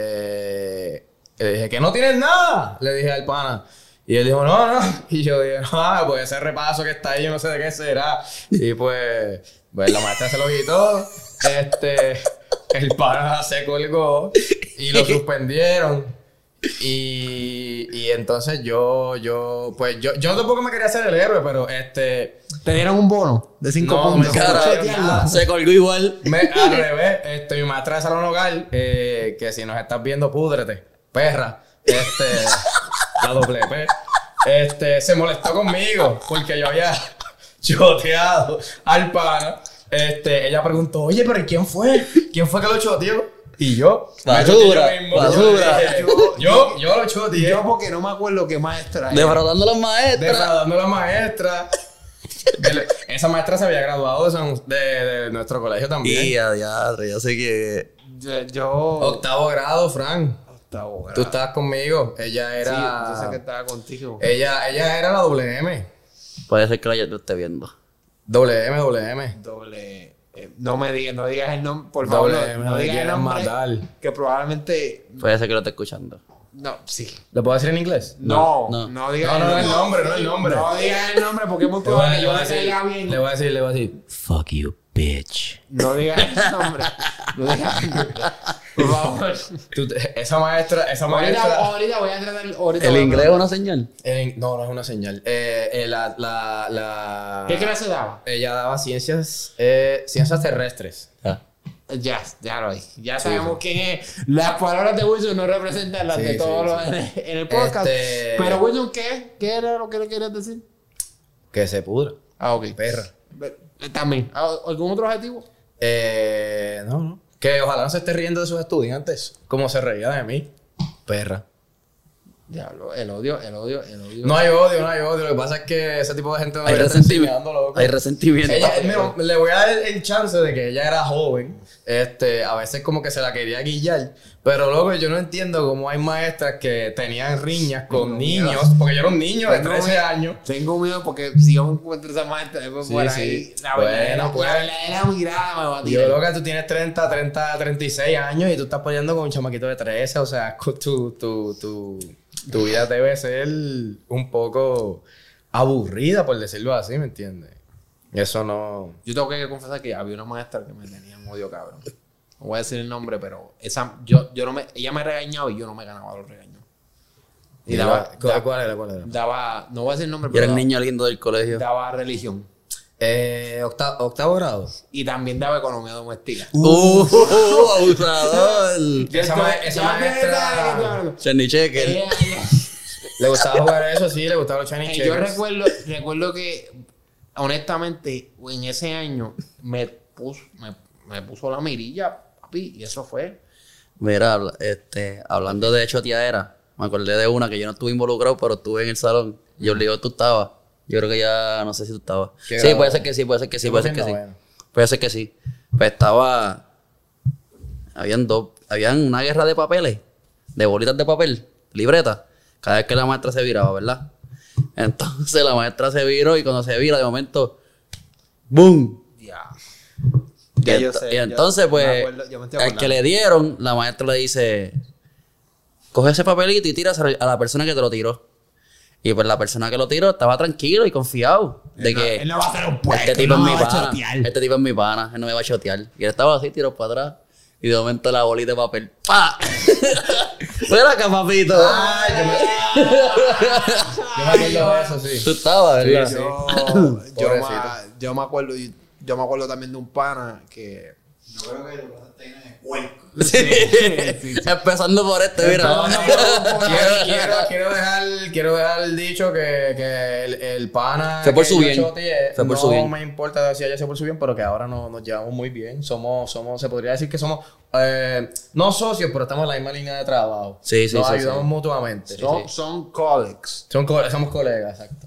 D: este, le dije, que no tienes nada, le dije al pana. Y él dijo, no, no. Y yo dije, ah, pues ese repaso que está ahí, yo no sé de qué será. Y pues, pues la maestra se lo quitó. Este, el pana se colgó y lo suspendieron. Y, y entonces yo, yo, pues yo, yo tampoco me quería hacer el héroe, pero este,
F: Te dieron un bono de 5
D: No,
F: puntos.
D: me
B: Cara,
D: Chequearla.
B: se colgó igual.
D: me, al revés, este, mi maestra de Salón Hogar, eh, que si nos estás viendo, púdrete, perra, este, la doble P, este, se molestó conmigo porque yo había choteado al pana. Este, ella preguntó, oye, pero ¿y quién fue? ¿Quién fue que lo choteó? Y yo, me
B: Basura,
D: choteé yo mismo.
B: basura.
D: Yo, yo, yo lo choteé.
F: Yo porque no me acuerdo qué maestra era.
B: Defraudando a las maestras.
D: defraudando a la maestra. Del- esa maestra se había graduado de, San- de- de nuestro colegio también.
B: Y a diadre, yo sé que.
F: Yo, yo
D: Octavo grado, Fran.
F: octavo grado.
D: Tú estabas conmigo. Ella
F: Sí, yo sé
D: era.
F: que estaba contigo.
D: ella, ella era la WM.
B: Puede ser que la- lo esté viendo.
D: WM, WM.
F: Doble. eh, no me digas, no digas el nombre, por favor.
D: Doble
F: no-
D: M,
F: no,
D: me
F: digas el
D: quieren
F: nombre.
D: matar.
F: Que probablemente.
B: Puede ser que lo esté escuchando.
F: No, sí.
D: ¿Lo puedo decir en inglés?
F: No,
B: no.
F: no,
D: No,
F: digas
D: no,
F: el
D: no
F: nombre.
D: el nombre, no el nombre.
F: No digas el nombre porque es muy
D: Le voy a-
F: probable que
D: le
F: yo
D: voy a
F: le
D: decir-
F: caiga bien.
D: le voy a decir, le voy a decir.
B: Fuck you, bitch.
F: No digas el nombre. No digas el nombre. Por favor.
D: Tú te- esa maestra, esa
A: Ahorita,
D: maestra.
A: ahorita voy a tratar. Ahorita
B: ¿El
A: voy a
B: inglés es
A: preguntar.
B: una señal?
D: en- no, no es una señal. Eh, eh, la, la, la.
A: ¿Qué clase daba?
D: Ella daba ciencias, eh, ciencias terrestres.
B: Ah.
A: Ya, ya lo dije. Ya sabemos quién es. Las palabras de Wilson no representan las
D: Sí,
A: de
D: sí,
A: todos los
D: sí.
A: en el podcast.
D: Este-
A: Pero Wilson, ¿qué? ¿Qué era lo que le querías decir?
D: Que se pudra.
A: Ah, ok.
D: Perra.
A: Eh, También. ¿Al- ¿Algún otro objetivo?
D: Eh, no, no. Que ojalá no se esté riendo de sus estudiantes, como se reía de mí. Perra.
A: Diablo, el odio, el odio, el odio.
D: No hay odio, no hay odio. Lo que pasa es que ese tipo de gente no
B: Hay
D: debería estar enseñando,
B: resentimiento.
D: loco.
B: Hay resentimiento.
D: Ella- mira, le voy a dar el chance de que ella era joven. Este, a veces como que se la quería guillar. Pero luego yo no entiendo cómo hay maestras que tenían riñas con niños. Porque yo era un niño de
F: Tengo
D: 13
F: miedo.
D: años.
F: Tengo miedo porque si yo me encuentro esa maestra, después
D: Sí,
F: por
D: sí.
F: ahí, la
D: Bueno,
F: verdadera,
D: pues.
F: la verdadera mirada me va a
D: Y Yo
F: tirar.
D: creo que tú tienes 30, 30, 36 años y tú estás peleando con un chamaquito de 13. O sea, con tu, tu, tu, tu vida debe ser un poco aburrida, por decirlo así, ¿me entiendes? Eso no...
F: Yo tengo que confesar que había una maestra que me tenía un odio cabrón. No voy a decir el nombre, pero esa, yo, yo no me, ella me regañaba y yo no me ganaba los regaños. Y daba,
D: ¿Cuál,
F: da-
D: cuál era? ¿Cuál era?
F: daba- no voy a decir el nombre,
B: Yo
F: pero
B: era el
F: daba,
B: niño lindo del colegio.
F: daba religión.
D: Eh, octa- octavo grado.
F: Y también daba economía doméstica.
B: ¡Uh! ¡Abusador!
D: Esa, ma- esa maestra
B: Chandy Checker.
F: Ella- ella-
D: le gustaba jugar a eso, sí, le gustaba los Chinese
F: Eh, yo
D: checkers.
F: recuerdo, recuerdo que, honestamente, en ese año me puso, me, me puso la mirilla, papi, y eso fue.
B: Mira, habla- este, hablando de choteadera, me acordé de una que yo no estuve involucrado, pero estuve en el salón. Yo le digo, tú estabas. Yo creo que ya, no sé si tú estabas.
D: Qué
B: Sí,
D: grado.
B: puede ser que sí, puede ser que sí,
D: Yo
B: puede
D: creo
B: ser
D: que
B: que sí.
D: noveno.
B: Puede ser que sí. Pues estaba. Habían dos. Habían una guerra de papeles, de bolitas de papel, libretas, cada vez que la maestra se viraba, ¿verdad? Entonces la maestra se viró y cuando se vira, de momento, ¡boom!
A: Ya
B: y,
A: yo
B: ento-
A: sé,
B: y
A: yo-
B: entonces,
A: me
B: pues,
A: acuerdo, yo me estoy
B: al
A: acordando.
B: que le dieron, la maestra le dice, coge ese papelito y tiras a la persona que te lo tiró. Y pues la persona que lo tiró estaba tranquilo y confiado de que
E: Él no va a hacer un puesto.
B: este tipo
E: no
B: es mi
E: va a
B: pana.
E: chotear.
B: Este tipo es mi pana. Él no me va a chotear. Y él estaba así, tiró para atrás. Y de momento la bolita de papel. ¡Pa! Ven acá, papito.
D: Ay, yo me, yo me acuerdo de eso, sí.
B: Tú estabas, ¿verdad?
D: Sí, sí.
F: Yo, yo, me,
D: Pobrecito.
F: yo me acuerdo, yo me acuerdo también de un pana que
E: Yo creo que lo vas a tener en el cuerpo.
B: Empezando por este,
D: No, no,
B: mira.
D: quiero, quiero, quiero dejar, quiero dejar el dicho que, que el, el pana.
B: Fue por
D: que
B: su
D: yo
B: bien.
D: choteé,
B: Fue por
D: no
B: su bien.
D: me importa si ella se por su bien, pero que ahora no, nos llevamos muy bien. Somos, somos, se podría decir que somos, eh, no socios, pero estamos en la misma línea de trabajo.
B: Sí, sí,
D: Nos
B: sí,
D: ayudamos
B: sí.
D: mutuamente.
F: son, son colleagues.
D: Son co- somos colegas, exacto.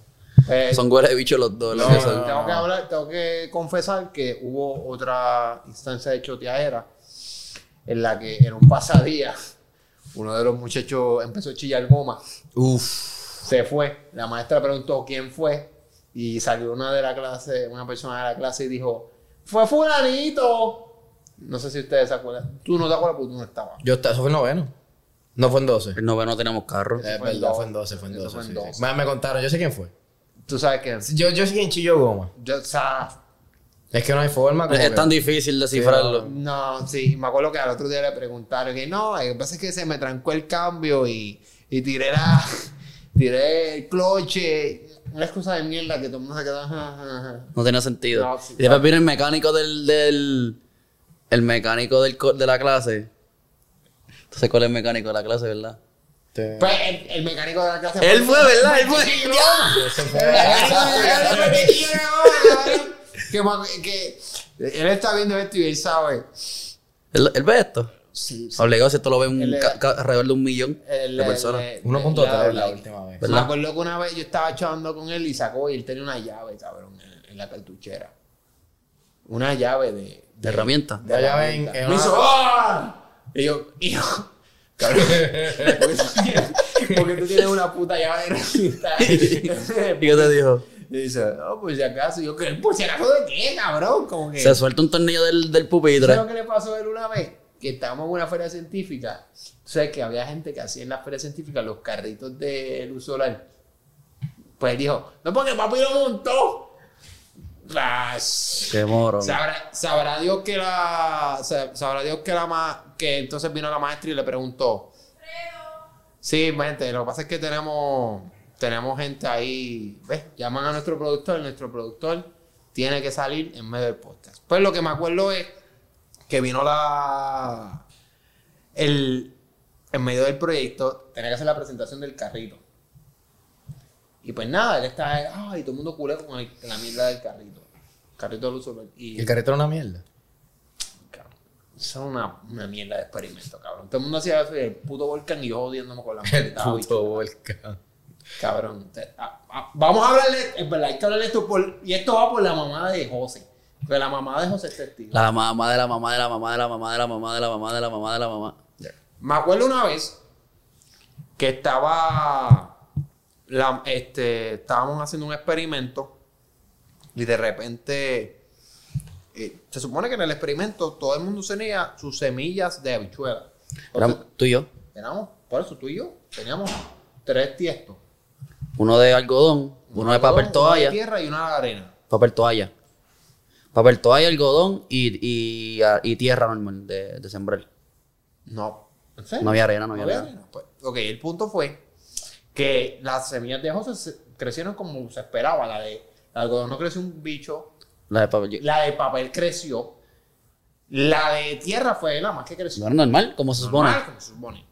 F: Eh,
B: Son hueles de bicho los dos. los
D: No,
B: que son.
D: no,
F: tengo que hablar, tengo que confesar que hubo otra instancia de choteadera en la que en un pasadía uno de los muchachos empezó a chillar goma.
B: Uf.
F: se fue. La maestra preguntó quién fue y salió una de la clase, una persona de la clase y dijo, fue fulanito. No sé si ustedes se acuerdan. Tú no te acuerdas porque tú no estabas.
D: Yo, esta- eso fue en noveno. No fue en 12.
B: El noveno tenemos carro.
D: Es
F: fue en
D: verdad, fue en
F: 12,
D: 12, fue en
F: eso
D: 12.
F: fue en
D: sí, sí.
F: 12.
D: Me, me contaron, yo sé quién fue.
F: Tú sabes que
D: Yo, yo sé quién chilló goma.
F: yo, o sea,
D: Es que no hay forma. como
B: Es
D: que-
B: tan difícil descifrarlo.
F: no, sí, me acuerdo que al otro día le preguntaron que no, lo que pasa es que se me trancó el cambio y, y tiré la, tiré el cloche, una excusa de mierda que todo el mundo se quedó. "Ja, ja, ja".
B: No tenía sentido.
F: No, sí,
B: y después vino el mecánico del. del el mecánico del, co- de la clase. Entonces, ¿cuál es el mecánico de la clase, verdad?
D: Te-
F: Pues el, el mecánico de la clase
B: Él fue, ¿verdad? Él fue.
D: Eso fue-
F: que, ma- que él está viendo esto y él sabe.
B: ¿Él, él ve esto?
F: Sí, sí.
B: Obligado si esto lo ve un
F: Él le-
B: ca- ca- alrededor de un millón
F: Él-
B: de
F: él-
B: personas.
F: él-
D: 1.3
F: él-
D: la
F: él-
D: última vez.
F: Me
B: ¿Verdad?
F: acuerdo que una vez yo estaba chavando con él y sacó y él tenía una llave, cabrón, en, en la cartuchera. Una llave de.
B: de herramientas.
D: Ya ya ven. en
F: Me
D: una-
F: hizo ¡Ah! Y yo, hijo. Cabrón. Porque tú tienes una puta llave de
B: ¿Y qué te dijo?
F: Y dice, oh, pues si acaso, Y yo, ¿qué? Pues si acaso de qué, cabrón, como que.
B: Se suelta un tornillo del, del pupitre.
F: ¿Sabes lo que le pasó a él una vez? Que estábamos en una feria científica. Tú sabes que había gente que hacía en las ferias científicas los carritos de luz solar. Pues él dijo, no, porque papi lo montó. Las-
B: Qué moro.
F: Sabrá, sabrá Dios que la. sa- Sabrá Dios que la ma- que entonces vino la maestra y le preguntó. Sí, gente, lo que pasa es que tenemos, tenemos gente ahí. ¿Ves? Llaman a nuestro productor, nuestro productor tiene que salir en medio del podcast. Pues lo que me acuerdo es que vino la. El, en medio del proyecto, tenía que hacer la presentación del carrito. Y pues nada, él está. Ay, todo el mundo culero con, el- con la mierda del carrito. Carrito de luz solar. Y
D: El carrito era una mierda.
F: Eso es una, una mierda de experimento, cabrón. Todo el mundo hacía eso y el puto volcán y yo jodiéndome con la
D: El
F: maldita
D: puto volcán.
F: Cabrón, te- a- a- vamos a hablarle, es verdad, hay que hablarle esto por, y esto va por la mamá de José. Porque la mamá de José es testigo.
B: La mamá de la mamá de la mamá de la mamá de la mamá de la mamá de la mamá de la mamá.
F: Me acuerdo una vez que estaba, la- este, estábamos haciendo un experimento y de repente, eh, se supone que en el experimento todo el mundo tenía sus semillas de habichuela. Entonces,
B: Éramos- tú y yo.
F: éramos, por eso tú y yo, teníamos tres tiestos.
B: Uno de algodón, uno de papel
F: Una de
B: toalla.
F: tierra y una de arena.
B: Papel toalla. Papel toalla, algodón y, y, a- y tierra normal de, de sembrar.
F: No. ¿En serio?
B: No había arena, no había
F: No había
B: arena.
F: arena, pues. ok, el punto fue que las semillas de José se- crecieron como se esperaba. La de la de algodón no creció un bicho.
B: La de papel.
F: La de papel creció. La de tierra fue la más que creció.
B: No era normal, como se supone.
F: Normal, como se supone.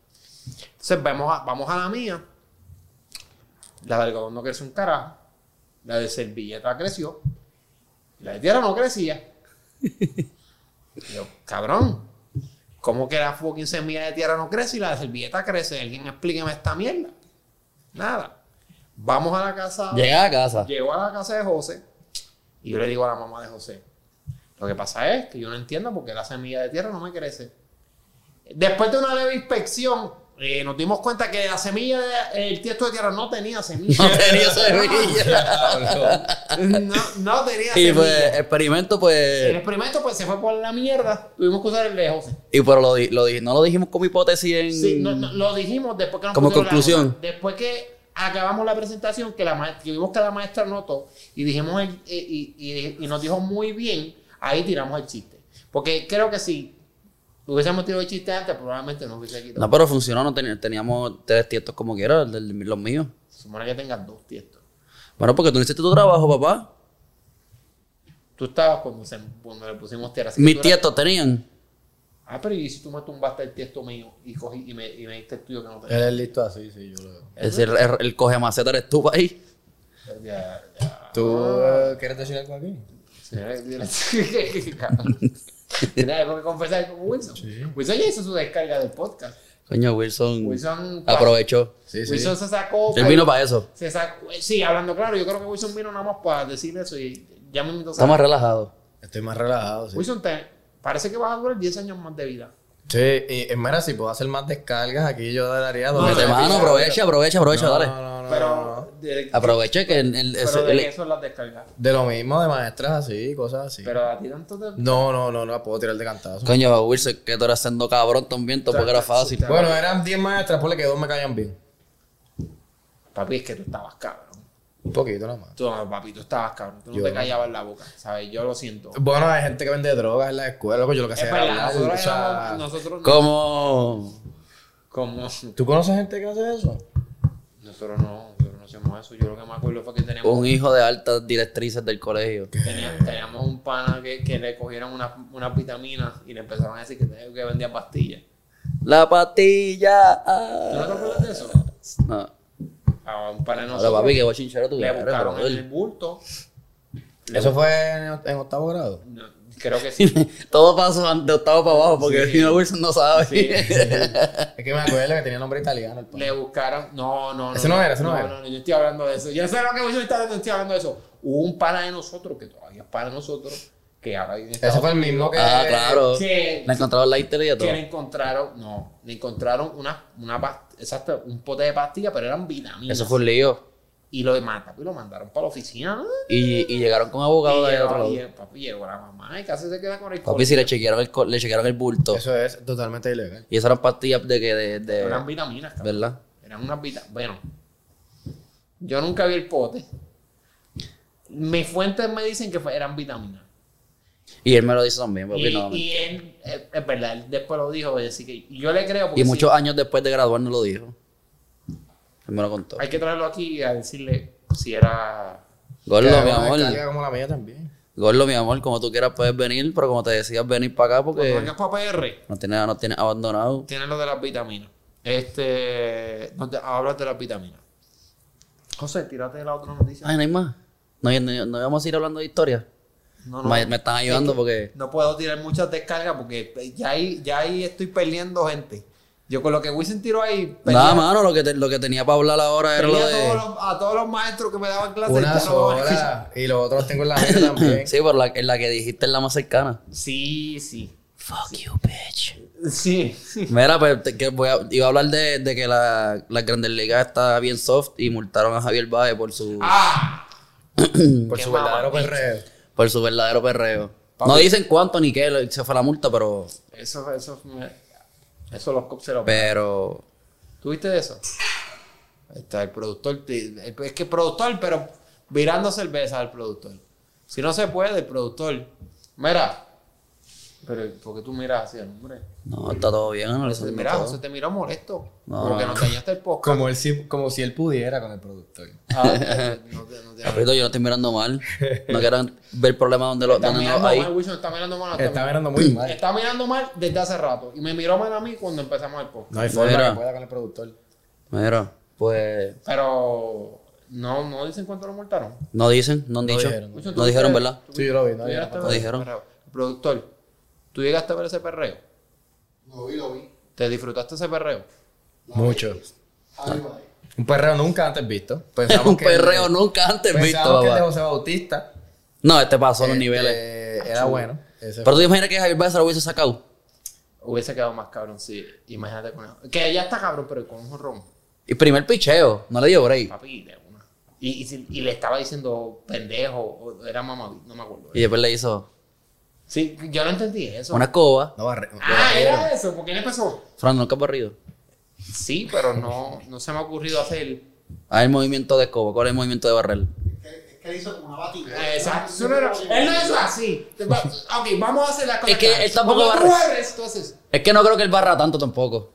F: Entonces vamos a, vamos a la mía. La de algodón no creció un carajo. La de servilleta creció. La de tierra no crecía. Y Yo, cabrón. ¿Cómo que la fucking semilla de tierra no crece y la de servilleta crece? Alguien explíqueme esta mierda. Nada. Vamos a la casa.
B: Llega a casa.
F: Llego a la casa de José y yo le digo a la mamá de José, lo que pasa es que yo no entiendo por qué la semilla de tierra no me crece. Después de una leve inspección, eh, nos dimos cuenta que la semilla, de- el tiesto de tierra no tenía semilla.
B: No tenía semilla.
F: No, no tenía
B: Y
F: semilla.
B: pues, experimento,
F: el
B: pues.
F: experimento pues se fue por la mierda. Tuvimos que usar el de José.
B: Y pero lo, di- lo di- no lo dijimos como hipótesis en.
F: Sí, no- no, lo dijimos después que nos
B: Mm. Como
F: pusieron la
B: conclusión.
F: nota. después que acabamos la presentación, que, la ma- que vimos que la maestra notó y dijimos el- eh, y, y- y- y nos dijo muy bien, ahí tiramos el chiste. Porque creo que si hubiésemos tirado el chiste antes, probablemente no hubiese quitado.
B: No, pero funcionó, no teni- teníamos tres tiestos como quiera, el del- los míos.
F: Se supone que tengas dos tiestos.
B: Bueno, porque tú no hiciste tu trabajo, papá.
F: Tú estabas cuando, se- cuando le pusimos tierra. así que
B: Mis
F: tú eras-
B: tiestos tenían.
F: Ah, pero ¿y si tú me tumbaste el tiesto mío y, cogí, y, me, y me diste el tuyo que no tenía?
G: Él es listo así, sí, yo lo veo.
B: Es decir, el, el coge maceta eres tú ahí.
F: Ya, ya.
D: ¿Tú eh, quieres decir algo aquí?
F: Tiene algo Pues, que confesar con Wilson. Wilson ya hizo su descarga del podcast.
B: Coño, Wilson.
F: Wilson,
B: aprovechó.
D: Sí, sí.
F: Wilson se sacó. pues,
B: Él vino para eso.
F: se sacó- Sí, hablando claro, yo creo que Wilson vino nada más para decir eso y ya me invitó
B: Está más relajado.
D: Estoy más relajado, sí.
F: Wilson, te, parece que vas a durar 10 años más de vida.
D: Sí, y es mera, si puedo hacer más descargas aquí, yo daría dos. Este
B: Mete mano, aprovecha, aprovecha, aprovecha,
D: No,
B: dale.
D: no, no,
F: pero,
D: no, no.
F: de,
B: Aprovecha que el, el-
F: pero
B: Ah, ese-
F: de
B: el-
F: que eso es las descargas.
D: De lo mismo, de maestras así, cosas así.
F: Pero a ti tanto te.
D: No, no, no, no la puedo tirar de cantazo.
B: Coño, Wilson, que tú eras siendo cabrón también, tampoco era fácil.
D: Bueno, eran 10 maestras, por que dos me caían bien.
F: Papi, es que tú estabas cabrón.
D: Un poquito nada más.
F: Tú, no, papi, tú estabas cabrón. Tú no
D: Yo
F: te
D: no.
F: callabas la boca, ¿sabes? Yo lo siento.
D: Bueno, hay gente que vende drogas en la escuela, loco, yo lo que
F: Es
D: hacía
F: verdad,
D: era hablar,
F: nosotros,
D: o sea,
F: éramos- nosotros no-
B: Como
F: como
D: ¿Tú conoces gente que hace eso?
F: Nosotros no, nosotros no hacíamos eso. Yo lo que me acuerdo fue que teníamos,
B: un hijo de altas directrices del colegio.
F: teníamos, teníamos un pana que, que le cogieron unas unas vitaminas y le empezaron a decir que, tenía- que vendía pastillas.
B: La patilla. ah.
F: ¿Tú no te acuerdas de eso?
B: No.
F: A un pana de
B: Ahora,
F: nosotros
B: papi, que voy chinchero tu
F: Ah, le
B: cara,
F: buscaron eh. en el
B: brother.
F: bulto. Le-
D: Eso fue en, en octavo grado.
F: no, creo que sí.
B: Todo pasó de octavo para abajo porque
F: Sí.
B: si no, Wilson no sabe.
D: Es que me acuerdo que tenía nombre italiano el pan.
F: Le buscaron. No, no, no.
D: Ese no era, ese no era.
F: No, yo estoy hablando de eso. Ya sé lo que voy a estar estoy hablando de eso. Hubo un pana de nosotros, que todavía es pana de nosotros, que ahora vive en
D: Ese
F: Estados
D: fue el mismo que.
B: ah, claro.
F: que-
B: La encontraron la historia y
F: que le
B: todo.
F: encontraron, no, le encontraron una, una past- exacto, un pote de pastillas, pero eran vitaminas.
B: Eso fue un lío.
F: Y lo mata, y lo mandaron para la oficina. ¿no?
B: Y, y llegaron con abogados de
F: y llegó,
B: otro lado.
F: y el papi llegó la mamá y casi se queda con el
B: Papi, si
F: colín.
B: le chequearon el, co- le chequearon el bulto.
D: Eso es totalmente ilegal.
B: Y esas eran pastillas de que de, de-
F: Eran vitaminas, cabrón.
B: ¿Verdad?
F: Eran unas vitaminas. Bueno, yo nunca vi el pote. Mis fuentes me dicen que fue- eran vitaminas.
B: Y él me lo dice también, papi.
F: Y,
B: no,
F: y él, eh, es verdad, él después lo dijo, así que y yo le creo. porque
B: Y
F: sí,
B: muchos años después de graduarnos lo dijo. Él me lo contó.
F: Hay que traerlo aquí a decirle si era
B: Gordo,
D: Que
B: Pues mi
D: haga una descarga
B: amor.
D: como la mía también.
B: Gordo, mi amor, como tú quieras puedes venir, pero como te decías, venir para acá
F: Cuando
B: porque
F: vengas para PR,
B: no tienes no tienes abandonado.
F: tienes lo de las vitaminas. Este, donde hablas de las vitaminas. José, tírate la otra noticia.
B: Ay, no hay más. No, no, no íbamos a ir hablando de historia.
A: No, no.
B: Me, me están ayudando porque.
A: No puedo tirar muchas descargas porque ya ahí, ya ahí estoy perdiendo gente. Yo con lo que Wilson tiró ahí, perdí
B: Nada, mano, lo que, te- lo que tenía para hablar ahora era
A: perdí
B: lo
A: a, todos
B: de.
A: los, a todos los maestros que me daban clases. ya
D: Una
A: no lo van a escuchar.
D: sola. Y los otros tengo en la mente también.
B: Sí, pero la, la que dijiste es la más cercana.
A: Sí, sí.
B: Fuck you, bitch.
A: Sí.
B: Mira, pues te- que voy a- iba a hablar de, de que la, la Grandes Ligas está bien soft y multaron a Javier Baez por su,
A: Ah,
D: Por
A: Qué
D: su verdadero
A: mamabicho.
D: perreo.
B: por su verdadero perreo. No dicen cuánto ni qué lo- se fue la multa, pero.
A: eso, eso, me- eso los cops se lo
B: Pero.
A: ¿Tuviste eso? Ahí está el productor. te- el- Es que productor, pero virando cerveza al productor. Si no se puede, el productor. Mira. Pero, ¿por qué tú miras así al hombre?
B: No, está todo bien,
A: Se,
B: analizando
A: mira,
B: todo.
A: José te miró este molesto.
B: No,
A: porque
B: no.
A: nos dañaste el podcast.
D: Como, él, si- como si él pudiera con el productor.
A: Ah, no te- no te-
B: Papito, yo no estoy mirando mal. No quiero ver problemas donde lo.
A: Está
B: Donde no
A: mirando
B: los hay.
A: mal, Wilson, está mirando mal.
D: Está mirando muy mal.
A: Está mirando mal desde hace rato. Y me miró mal a mí cuando empezamos el podcast.
D: No hay forma
B: Mira.
D: que pueda con el productor.
B: Mira, pues.
A: Pero no, no dicen cuánto lo multaron.
B: No dicen, no han dicho.
D: dijeron.
A: Mucho
B: no
A: tú
B: dijeron,
A: ustedes-
B: ¿verdad?
A: tú-
D: Sí, yo lo vi, no,
A: tú llegaste
B: no
A: a ver ese
B: dijeron.
A: perreo. Productor, tú llegaste a ver ese perreo.
E: Lo vi, lo vi.
A: ¿Te disfrutaste ese perreo?
D: Mucho.
E: Arriba ahí.
D: Un perreo nunca antes visto.
B: Es
D: Pensamos
B: un
D: que-
B: perreo nunca antes visto,
D: Pensábamos que el de
B: papá.
D: José Bautista
B: No, este pasó los
D: este,
B: niveles.
D: era bueno. Ese
B: Pero tú te imaginas que Javier Baez se lo hubiese sacado.
A: Hubiese quedado más cabrón, sí. Imagínate con una- Que ya está cabrón, pero con un jorrón.
B: Y primer picheo, no le dio break.
A: Papi, de una. Y, y si- y le estaba diciendo pendejo, o era mamá, no me acuerdo.
B: Y después le hizo
A: Sí, yo no entendí eso.
B: una escoba.
D: No, barre- lo
A: Ah,
D: barrieron.
A: era eso, ¿por qué le pasó?
B: Fran, nunca has barrido.
A: Sí, pero no, no se me ha ocurrido hacer.
B: Ah, el movimiento de escoba. ¿Cuál es el movimiento de barrer?
E: Es que- es que le hizo como una batida.
A: Eh, Exacto. Eso no era- Él no hizo así. Te va- Ok, vamos a hacer la cosa.
B: Es que
A: clara.
B: él tampoco
A: Como tú
B: barre.
A: eres, tú haces-
B: Es que no creo que él barra tanto tampoco.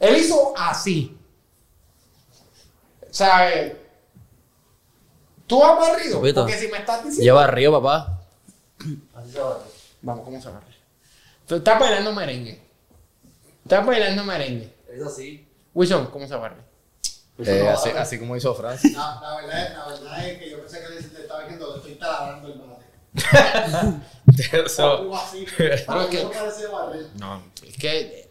A: Él hizo así. O sea, eh, tú has barrido.
B: Papito.
A: Porque si me estás diciendo.
B: Yo barrio, papá.
A: Vamos, ¿cómo se barre? Tú estás bailando merengue. Estás bailando merengue.
B: Es así.
A: Wilson, ¿cómo se barre?
D: Eh, así, así como hizo Francis.
E: La, la verdad, es- la verdad es que yo pensé que le, le estaba diciendo, le estoy taladrando el bate.
D: Eso.
E: Algo así. Pero
A: es que-
E: eso parece barrer.
A: No, es que. eh,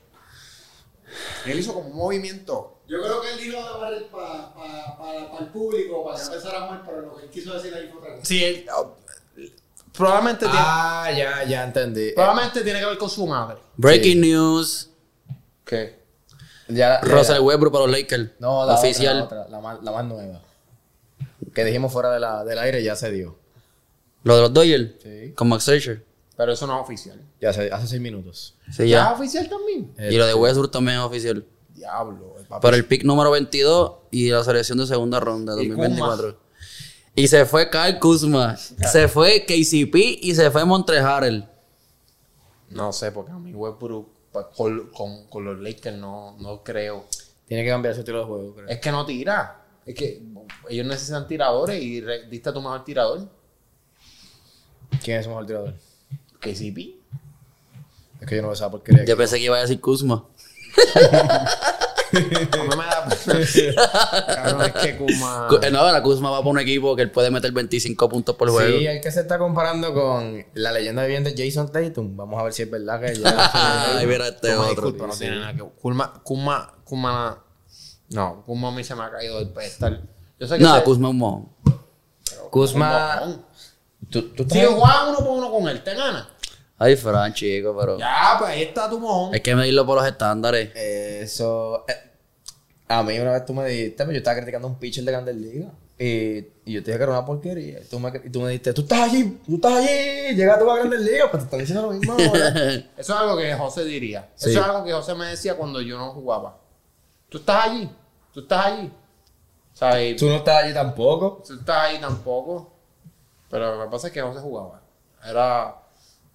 A: Él hizo como un movimiento.
E: Yo creo que él dijo de barrer para el público, para que empezara mal, pero lo que él quiso decir ahí fue otra cosa.
A: Sí, él. oh, Probablemente, tiene,
D: Ah, ya, ya entendí.
A: probablemente tiene que ver con su madre.
B: Breaking news.
D: ¿Qué? Ya, ya,
B: Russell
D: ya.
B: Westbrook para los Lakers.
D: Eh, No, la
B: Oficial.
D: oficial. la, otra, la más, la más nueva. Que dijimos fuera de la- del aire ya se dio.
B: Lo de los Dodgers.
D: Sí.
B: Con Max Scherzer.
A: Pero eso no es oficial.
D: Ya se, hace seis minutos.
B: Sí,
A: ¿Ya
B: ya.
A: es oficial también?
B: Y lo de Westbrook también es oficial.
A: Diablo, el papá.
B: Por el pick número 22 y la selección de segunda ronda de
A: Y
B: 2024. Y se fue Kyle Kuzma, se fue KCP y se fue Montrezl.
A: No sé, porque a mí Westbrook pa- con, con- con los Lakers no, no creo.
D: Tiene que cambiar su estilo de juego, creo.
A: Es que no tira. Es que ellos necesitan tiradores y re- diste a tu mejor tirador,
D: ¿Quién es su mejor tirador?
A: KCP.
D: Es que yo no lo sabía por qué.
B: Yo pensé que iba a decir Kuzma.
A: A mí me da Cabrón, es que Kuma...
B: Ku- eh, No, ahora Kuzma va para un equipo que él puede meter 25 puntos por juego.
D: Sí, el que se está comparando con la leyenda viviente Jason Tatum. Vamos a ver si es verdad que ya.
B: Ay, mira este
A: Kuma,
B: otro.
A: disculpa, no tiene nada que ver. Kuma, Kuma, Kuma... No, Kuma a mí se me ha caído del pedestal. Yo sé que...
B: No,
A: se-
B: Kuzma es un mojón.
D: Kuzma.
A: Mojón.
D: ¿Tú, tú
A: Si
D: estás-
A: Juan uno por uno con él, te gana.
B: Ay, Fran, chico, pero.
A: Ya, pues ahí está tu mojón.
B: Hay que medirlo por los estándares.
D: Eso. eh, a mí una vez tú me dijiste, pero yo estaba criticando un pitcher de Candeliga. Y, y yo te dije que era una porquería. Y tú me, y tú me dijiste, tú estás allí, tú estás allí, llega tú a Grandes Ligas. Pues te están diciendo lo mismo ahora.
A: Eso es algo que José diría.
D: Sí.
A: Eso es algo que José me decía cuando yo no jugaba. Tú estás allí. Tú estás allí. ¿Sabes?
D: tú no estás allí tampoco.
A: Tú estás ahí tampoco. Pero lo que pasa es que José jugaba. Era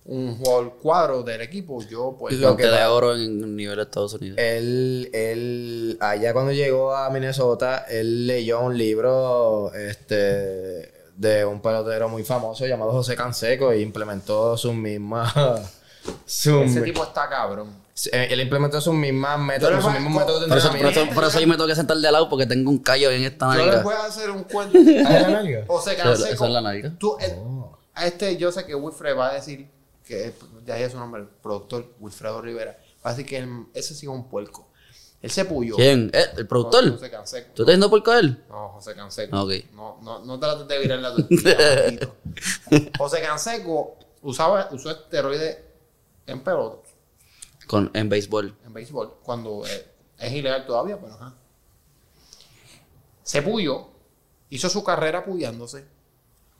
A: un jugador cuadro del equipo. Yo, pues.
D: Lo que
B: Guante de
D: va-
B: oro en nivel de Estados Unidos.
D: Él, él, allá cuando llegó a Minnesota, él leyó un libro este, de un pelotero muy famoso llamado José Canseco y implementó sus mismas. sus-
A: Ese tipo está cabrón.
D: eh, él implementó sus mismas
A: Yo le
D: métodos, sus
A: voy-
D: mismos métodos de
B: Por eso, por,
D: entrenamiento.
B: eso, por eso yo me tengo que sentar de lado porque tengo un callo en esta
A: Yo les
B: nalga.
A: voy a hacer un cuento.
D: Ah, ¿era nalga?
A: José
B: Esa es la-
A: Canseco.
B: esa es la nalga.
A: Tú, eh, a este, yo sé que Wilfred va a decir que de ahí es su nombre, el productor Wilfredo Rivera. Va a decir que él- ese sí es un puerco. Él se puyó.
B: ¿Quién? Eh, ¿El productor?
A: José Canseco.
B: ¿Tú estás yendo por él?
A: No, José Canseco.
B: Ok.
A: No, no, no trates de virar la tortilla, maldito. José Canseco usaba, usó esteroides en pelotas,
B: Con, en béisbol.
A: en béisbol, cuando eh, es ilegal todavía, pero ajá. Se puyó, hizo su carrera puyándose,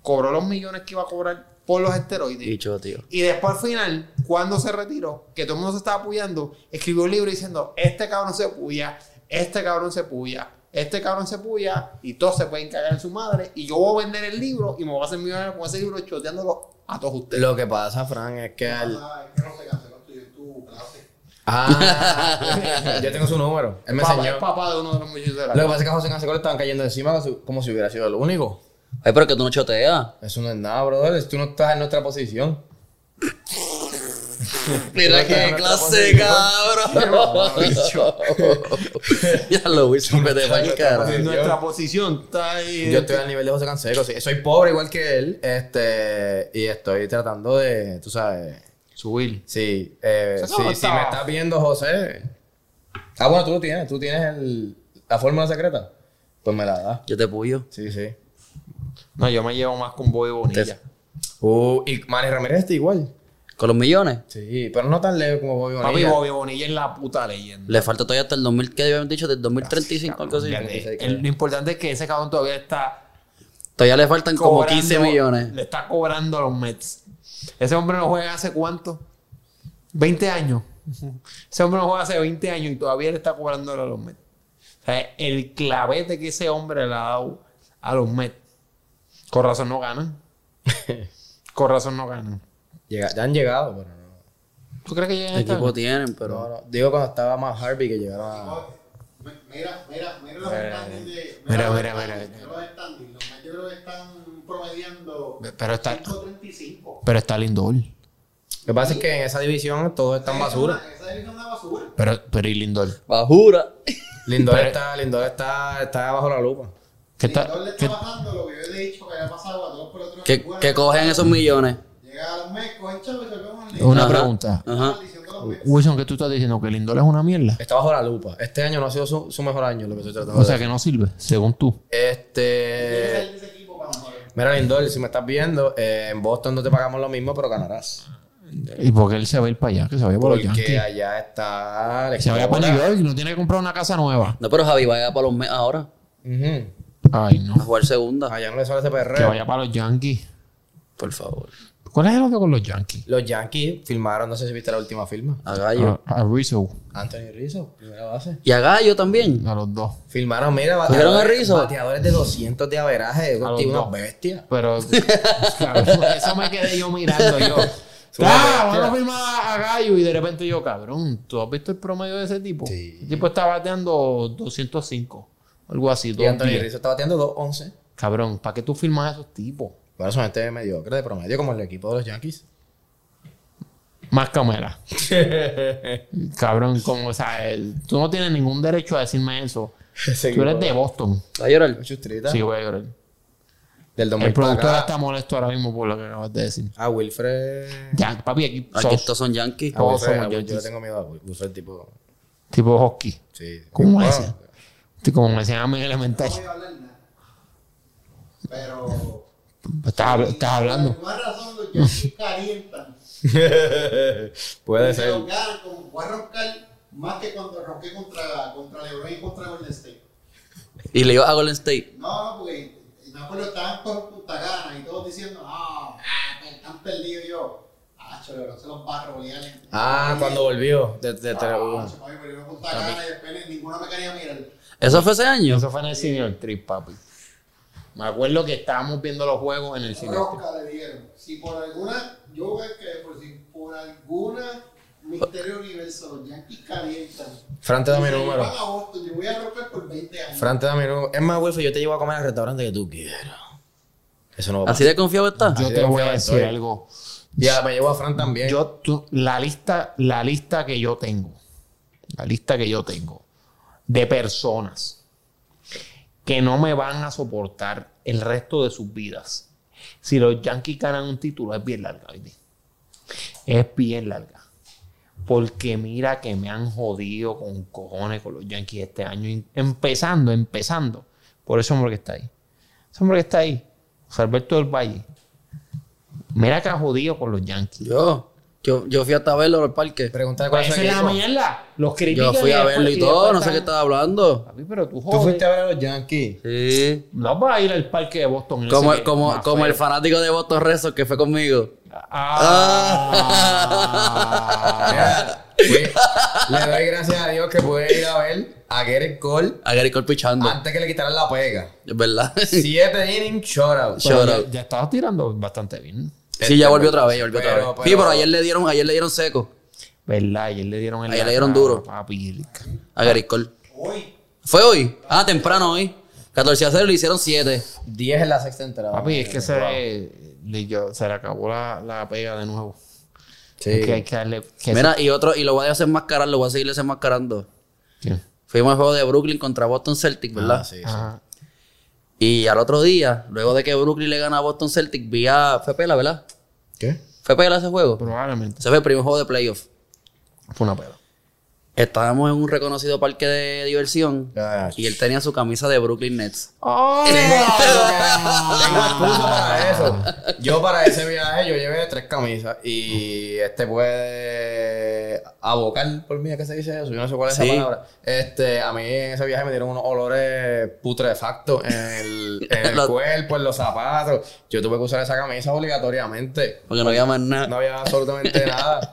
A: cobró los millones que iba a cobrar por los esteroides.
B: Dicho, tío.
A: Y después al final, cuando se retiró, que todo el mundo se estaba apoyando, escribió un libro diciendo, este cabrón se puya, este cabrón se puya, este cabrón se puya, y todos se pueden cagar en su madre, y yo voy a vender el libro y me voy a hacer millonario con ese libro choteándolo a todos ustedes.
C: Lo que pasa, Fran, es que al.
E: Ah, es que no se canceló tu, tu clase.
D: Ah, yo tengo su número. Él me
A: Papá,
D: enseñó.
A: es papá de uno de los muchachos de la-
D: Lo que pasa es que a José Canseco le estaban cayendo encima como si, como si hubiera sido el único.
B: Ay, pero que tú no choteas.
D: Eso no es nada, brother. Tú no estás en nuestra posición.
B: Mira qué clase, cabrón. ya lo voy, siempre te va a
D: Yo-
A: Nuestra posición está ahí.
D: Yo estoy al nivel de José Canseco. sí. Soy pobre igual que él. Este, y estoy tratando de, tú sabes.
A: Subir.
D: Sí, eh,
A: Se
D: sí,
A: acabó
D: si
A: esta-
D: me estás viendo, José. Ah, bueno, tú lo tienes. Tú tienes el- la fórmula secreta. Pues me la das.
B: Yo te puyo.
D: Sí, sí.
A: No, yo me llevo más con Boy Bonilla.
D: Uh, y Manny Ramírez está igual.
B: Con los millones.
D: Sí, pero no tan lejos como Bobby
A: Papi,
D: Bonilla.
A: Bobby Bonilla es la puta leyenda.
B: Le falta todavía hasta el 2000, que habían dicho, del 2035, algo así.
A: Ya, eh, el- lo importante es que ese cabrón todavía está
B: Todavía le faltan como
A: cobrando-
B: 15 millones.
A: Le está cobrando a los Mets. Ese hombre no juega hace cuánto? 20 años. Ese hombre no juega hace 20 años y todavía le está cobrando a los Mets. O sea, el clavete que ese hombre le ha dado a los Mets. Con razón no ganan. Con razón no ganan.
D: Llega- ya han llegado, pero no.
A: ¿Tú crees que llegan a
B: El
A: esta?
B: equipo tienen, pero.
D: No, no. Digo cuando estaba más Harvey que llegaron a.
E: No, mi- Mira, mira, mira los
A: Mira,
E: standings de.
A: Eh. mira,
E: los
A: mira,
E: standings,
A: mira.
E: mira los standings. Los Mets yo creo que están promediando
A: Pero está,
E: 5.35.
A: pero está Lindor.
D: Lo que pasa es que en esa división todos están basura.
E: Esa es una basura.
A: Pero, pero y Lindor.
B: Bajura.
D: Lindor
A: Pero-
D: está, Lindor está, está bajo la lupa.
A: ¿Qué
E: está?
A: está?
E: Lindor le
A: qué-
E: está bajando lo que yo le he dicho que había pasado a todos por otro
B: Que, que cogen esos millones.
E: Llega a los Mets, cogen chavo y se lo ponen
A: Una Uh,
B: Ajá.
A: pregunta.
B: Ajá.
E: diciendo los Mets.
A: Wilson, ¿qué tú estás diciendo? ¿Que Lindor es una mierda?
D: Está bajo la lupa. Este año no ha sido su, su mejor año, lo que estoy tratando
A: O
D: de
A: sea,
D: decir.
A: que no sirve, según tú.
E: Quiere
A: eh.
D: Este.
E: salir de ese equipo para mejorar.
D: Mira, Lindor, si me estás viendo, eh, en Boston no te pagamos lo mismo, pero ganarás.
A: ¿Y por qué él se va a ir para allá? Que se vaya para los
D: Porque
A: Yankees.
D: allá está.
A: Se vaya para New York y no tiene que comprar una casa nueva.
B: No, pero Javi vaya para los meses ahora.
D: Ujú.
A: Ay,
B: A
A: no.
B: jugar segunda.
D: Allá no le sale ese
A: Que
D: perreo.
A: vaya para los Yankees.
B: Por favor.
A: ¿Cuál es el otro con los Yankees?
D: Los Yankees filmaron, no sé si viste la última filma.
B: A Gallo.
A: A, a Rizzo,
D: Anthony Rizzo, primera base.
B: Y a Gallo también.
A: a los dos.
D: Filmaron, mira,
B: ¿Cogieron a
D: bateadores,
B: Rizzo?
D: bateadores de 200 de averaje.
A: los
D: Tío,
A: dos.
D: una bestia.
A: Pero cabrón, eso me quedé yo mirando yo. Ah, van a firmar a- a Gallo y de repente yo, cabrón, ¿tú has visto el promedio de ese tipo?
D: Sí.
A: El tipo está bateando 205, algo así,
D: Y Anthony
A: 210.
D: Rizzo está bateando 2-11.
A: Cabrón, ¿para qué tú firmas a esos tipos?
D: Bueno, son gente mediocre de promedio, como el equipo de los Yankees.
A: Más cámara. Cabrón, como, o sea, el- tú no tienes ningún derecho a decirme eso. Tú eres de Boston.
B: Va a llorar.
D: Chustrita.
A: Sí, voy a llorar.
D: Del 2000
A: El productor
D: para acá.
A: está molesto ahora mismo por lo que acabas de decir.
D: A Wilfred.
A: Ya, papi, aquí
B: Aquí
A: sos
B: estos son Yankees.
D: A
A: Todos
D: Wilfred,
A: somos
D: a Wilfred, yo
A: Yankees.
D: le tengo miedo a Wilfred. Wilfred, tipo.
A: tipo hockey.
D: Sí.
A: ¿Cómo
D: Bueno,
A: es? Sí, Como me decían a mí en
E: No
A: elemental.
E: voy a hablar nada. Pero.
A: Estás, habl- estás hablando.
E: Por alguna razón, los Yankees calientan.
D: Puede
E: Y se
D: ser.
E: los ganan, como voy a roncar más que cuando ronqué contra, contra LeBron y contra Golden State.
B: Y le iba a Golden State.
E: No, no, porque me acuerdo estaban con Punta Gana y todos diciendo, ah, ah, pues, están perdidos y yo. Ah, cholo, se los va a rolear.
D: Ah, cuando volvió. De, de,
E: Ah,
D: de-
E: cholo, me volvió Punta Gana y después ninguno me quería mirar.
B: ¿Eso fue ese año?
A: Eso fue en el Senior Trip, papi. Me acuerdo que estábamos viendo los juegos en el Senior Trip.
E: Rosca le dieron. Si por alguna, yo creo que por, si por alguna misterio universo, los Yankees calientan.
D: Fran, te da mi
E: Y se
D: número.
E: llevan a Boston, yo voy a romper por 20 años.
D: Fran, te da mi número. Es más, Wilfred, yo te llevo a comer al restaurante que tú quieras. Eso no va a
B: Así
D: pasar.
B: de confiado está.
A: Yo
D: Así
A: te
D: de
A: voy a
D: feo
A: decir
D: estoy.
A: algo.
D: Ya, me llevo a Fran también.
A: Yo, tú- la lista, la lista que yo tengo, la lista que yo tengo de personas que no me van a soportar el resto de sus vidas Si los Yankees ganan un título, es bien larga, ¿viste? Es bien larga. Porque mira que me han jodido con cojones con los Yankees este año. in- Empezando, empezando. Por ese hombre que está ahí. Ese hombre que está ahí, José Alberto del Valle. Mira que ha jodido con los Yankees.
B: Yo, yo, yo fui hasta verlo al parque.
D: Pregúntale cuál
A: Pues
D: es
A: eso
D: el
A: es la
D: equipo.
A: mierda. Los critican
B: Yo fui a
A: después-
B: verlo y todo,
A: pues, después
B: no sé qué
A: están-
B: estaba hablando.
A: Papi, pero tú
D: Tú
A: jodes.
D: fuiste a ver a los Yankees.
B: Sí.
A: No vas a ir al parque de Boston. ese
B: Como,
A: que-
B: como,
A: más
B: como
A: feo.
B: el fanático de Boston Rezo que fue conmigo.
A: Ah.
D: Fui- Le doy gracias a Dios que pude ir a ver a Gerrit Cole
B: A Gary Cole pichando.
D: antes que le quitaran la pega.
B: Es verdad. Sí,
D: Siete innings, shutout.
B: Shout
A: Pero
B: out.
A: ya, ya estabas tirando bastante bien.
B: ya volvió otra vez, ya volvió otra vez.
D: Pero- pero-
B: sí, pero ayer le dieron, ayer le dieron seco
A: ¿Verdad? Ayer le dieron el.
B: Ayer le dieron duro.
A: Papi.
B: a Gary Cole.
E: Hoy.
B: ¿Fue hoy? Ah, temprano hoy. 14 a 0 le hicieron 7.
D: Diez en la sexta entrada.
A: Papi, es que se, le, yo- se le acabó la, la pega de nuevo.
D: Sí.
A: Es que hay que darle. que
B: Mira, y otro, y lo voy a desenmascarar, lo voy a seguir desenmascarando.
A: se-
B: Fuimos al juego de Brooklyn contra Boston Celtic, ¿verdad?
D: Ah, sí.
A: Ajá.
B: Y al otro día, luego de que Brooklyn le gana a Boston Celtic, vi a. Fue pela, ¿verdad?
D: ¿Qué?
B: Fue pela ese juego.
A: Probablemente.
B: Ese fue el primer juego de playoff.
A: Fue una pega.
B: Estábamos en un reconocido parque de diversión
D: Ah,
B: y él tenía su camisa de Brooklyn Nets. Eh.
D: Tengo excusa para eso. Yo para ese viaje yo llevé tres camisas y este puede abocar por mí, ¿qué se dice eso? Yo no sé cuál es
B: Sí.
D: esa palabra. Este, a mí en ese viaje me dieron unos olores putrefactos en el, en el
B: Los-
D: cuerpo, en los zapatos. Yo tuve que usar esa camisa obligatoriamente.
B: Porque no había más nada.
D: No había absolutamente nada.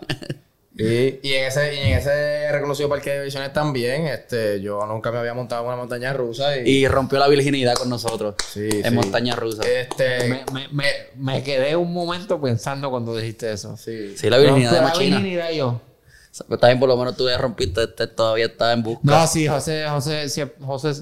D: Y, y en ese, y en ese reconocido parque de divisiones también, este, yo nunca me había montado en una montaña rusa y,
B: Y rompió la virginidad con nosotros.
D: Sí,
B: en
D: sí.
B: montaña rusa.
D: este
A: Me, me, me, me quedé un momento pensando cuando dijiste eso.
D: sí.
B: sí, la virginidad de
A: Pero la
B: machina.
A: virginidad, yo.
B: Está bien, por lo menos tú le rompiste, este todavía está en busca.
A: No, sí, José, José, sí, José,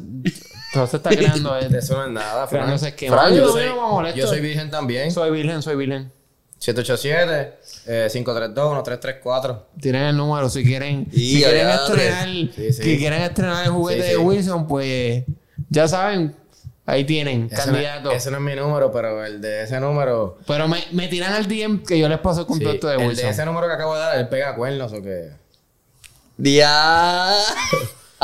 A: José está creando eh,
D: De
A: el,
D: eso no es nada, Fran.
A: creándose esquema.
D: Fran,
A: Ay,
D: yo,
A: no,
D: soy,
A: no me molesto.
D: yo soy virgen también.
A: Soy virgen, soy virgen.
D: 787 eh, 532 1334.
A: Tienen el número si quieren.
B: Y
A: si quieren
B: agárrate.
A: estrenar,
D: Sí, sí.
A: si quieren estrenar el juguete
D: Sí,
A: de
D: sí.
A: Wilson, pues ya saben, ahí tienen,
D: Ese no-
A: candidato.
D: Ese no es mi número, pero el de ese número.
A: Pero me, me tiran al DM que yo les paso el
D: sí,
A: contacto de
D: el
A: Wilson.
D: de ese número que acabo de dar, él pega cuernos o qué.
B: ¡Dia!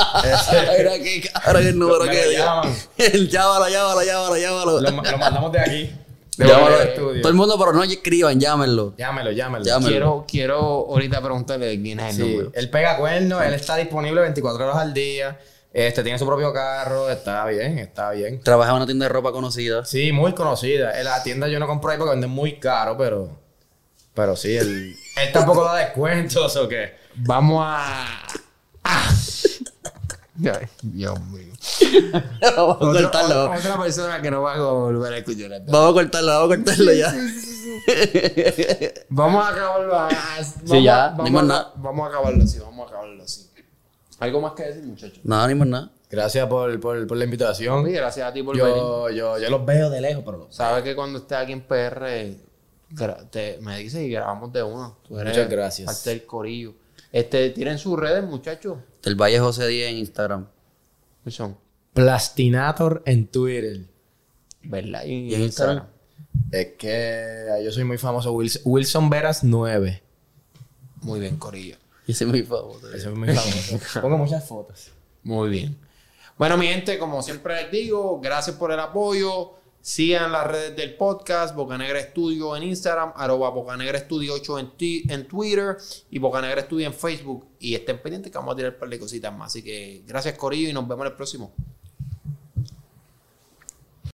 B: Mira qué cabrón el número
D: Me
B: que
D: lo
B: dio.
D: llaman.
B: El llámalo, llámalo, llámalo, llámalo.
D: Lo, ma- lo mandamos de aquí. De
B: Llámalo.
D: Bolivia Studio.
B: Todo el mundo, pero no escriban, llámenlo.
D: Llámelo, llámelo.
B: Llámelo.
A: Quiero, quiero ahorita preguntarle de quién es el
D: Sí,
A: número.
D: él pega cuernos, él está disponible 24 horas al día. Este tiene su propio carro, está bien, está bien.
B: Trabaja en una tienda de ropa conocida.
D: Sí, muy conocida. En la tienda yo no compro ahí porque venden muy caro, pero. Pero sí, él. él tampoco da descuentos o qué.
A: Vamos a. Ah. Ay, Dios mío.
B: vamos a
A: Otra,
B: cortarlo.
A: otra persona que no va a volver a escuchar esto.
B: Vamos a cortarlo, vamos a cortarlo ya.
A: Vamos a acabarlo. a- a- vamos-
B: ya, no
A: vamos,
B: hay más
A: a-
B: nada.
A: vamos a acabarlo así, vamos a acabarlo así. ¿Algo más que decir, muchachos?
B: Nada, ni más nada.
D: Gracias por, por, por la invitación.
A: Sí, gracias a ti por venir.
D: Yo, yo, yo los veo de lejos, pero.
A: Sabes que cuando estés aquí en PR, gra- te- me dices y grabamos de uno. Tú eres
D: Muchas gracias.
A: Parte del corillo. Este, tienen sus redes, muchachos.
B: Del Valle José 10 en Instagram.
A: ¿Qué son?
D: Plastinator en Twitter.
A: ¿Verdad? Y,
B: en Instagram?
D: Es que ah, yo soy muy famoso. Wilson, Wilson Veras 9.
A: Muy bien, corillo.
B: Ese es mi favorito.
D: Ese es muy famoso. Pongo muchas fotos.
A: Muy bien. Bueno, mi gente, como siempre les digo, gracias por el apoyo. Sigan las redes del podcast, Bocanegra Estudio en Instagram, arroba Bocanegra Estudio 8 en, ti- en Twitter y Bocanegra Estudio en Facebook. Y estén pendientes que vamos a tirar un par de cositas más. Así que gracias, Corillo, y nos vemos en el próximo.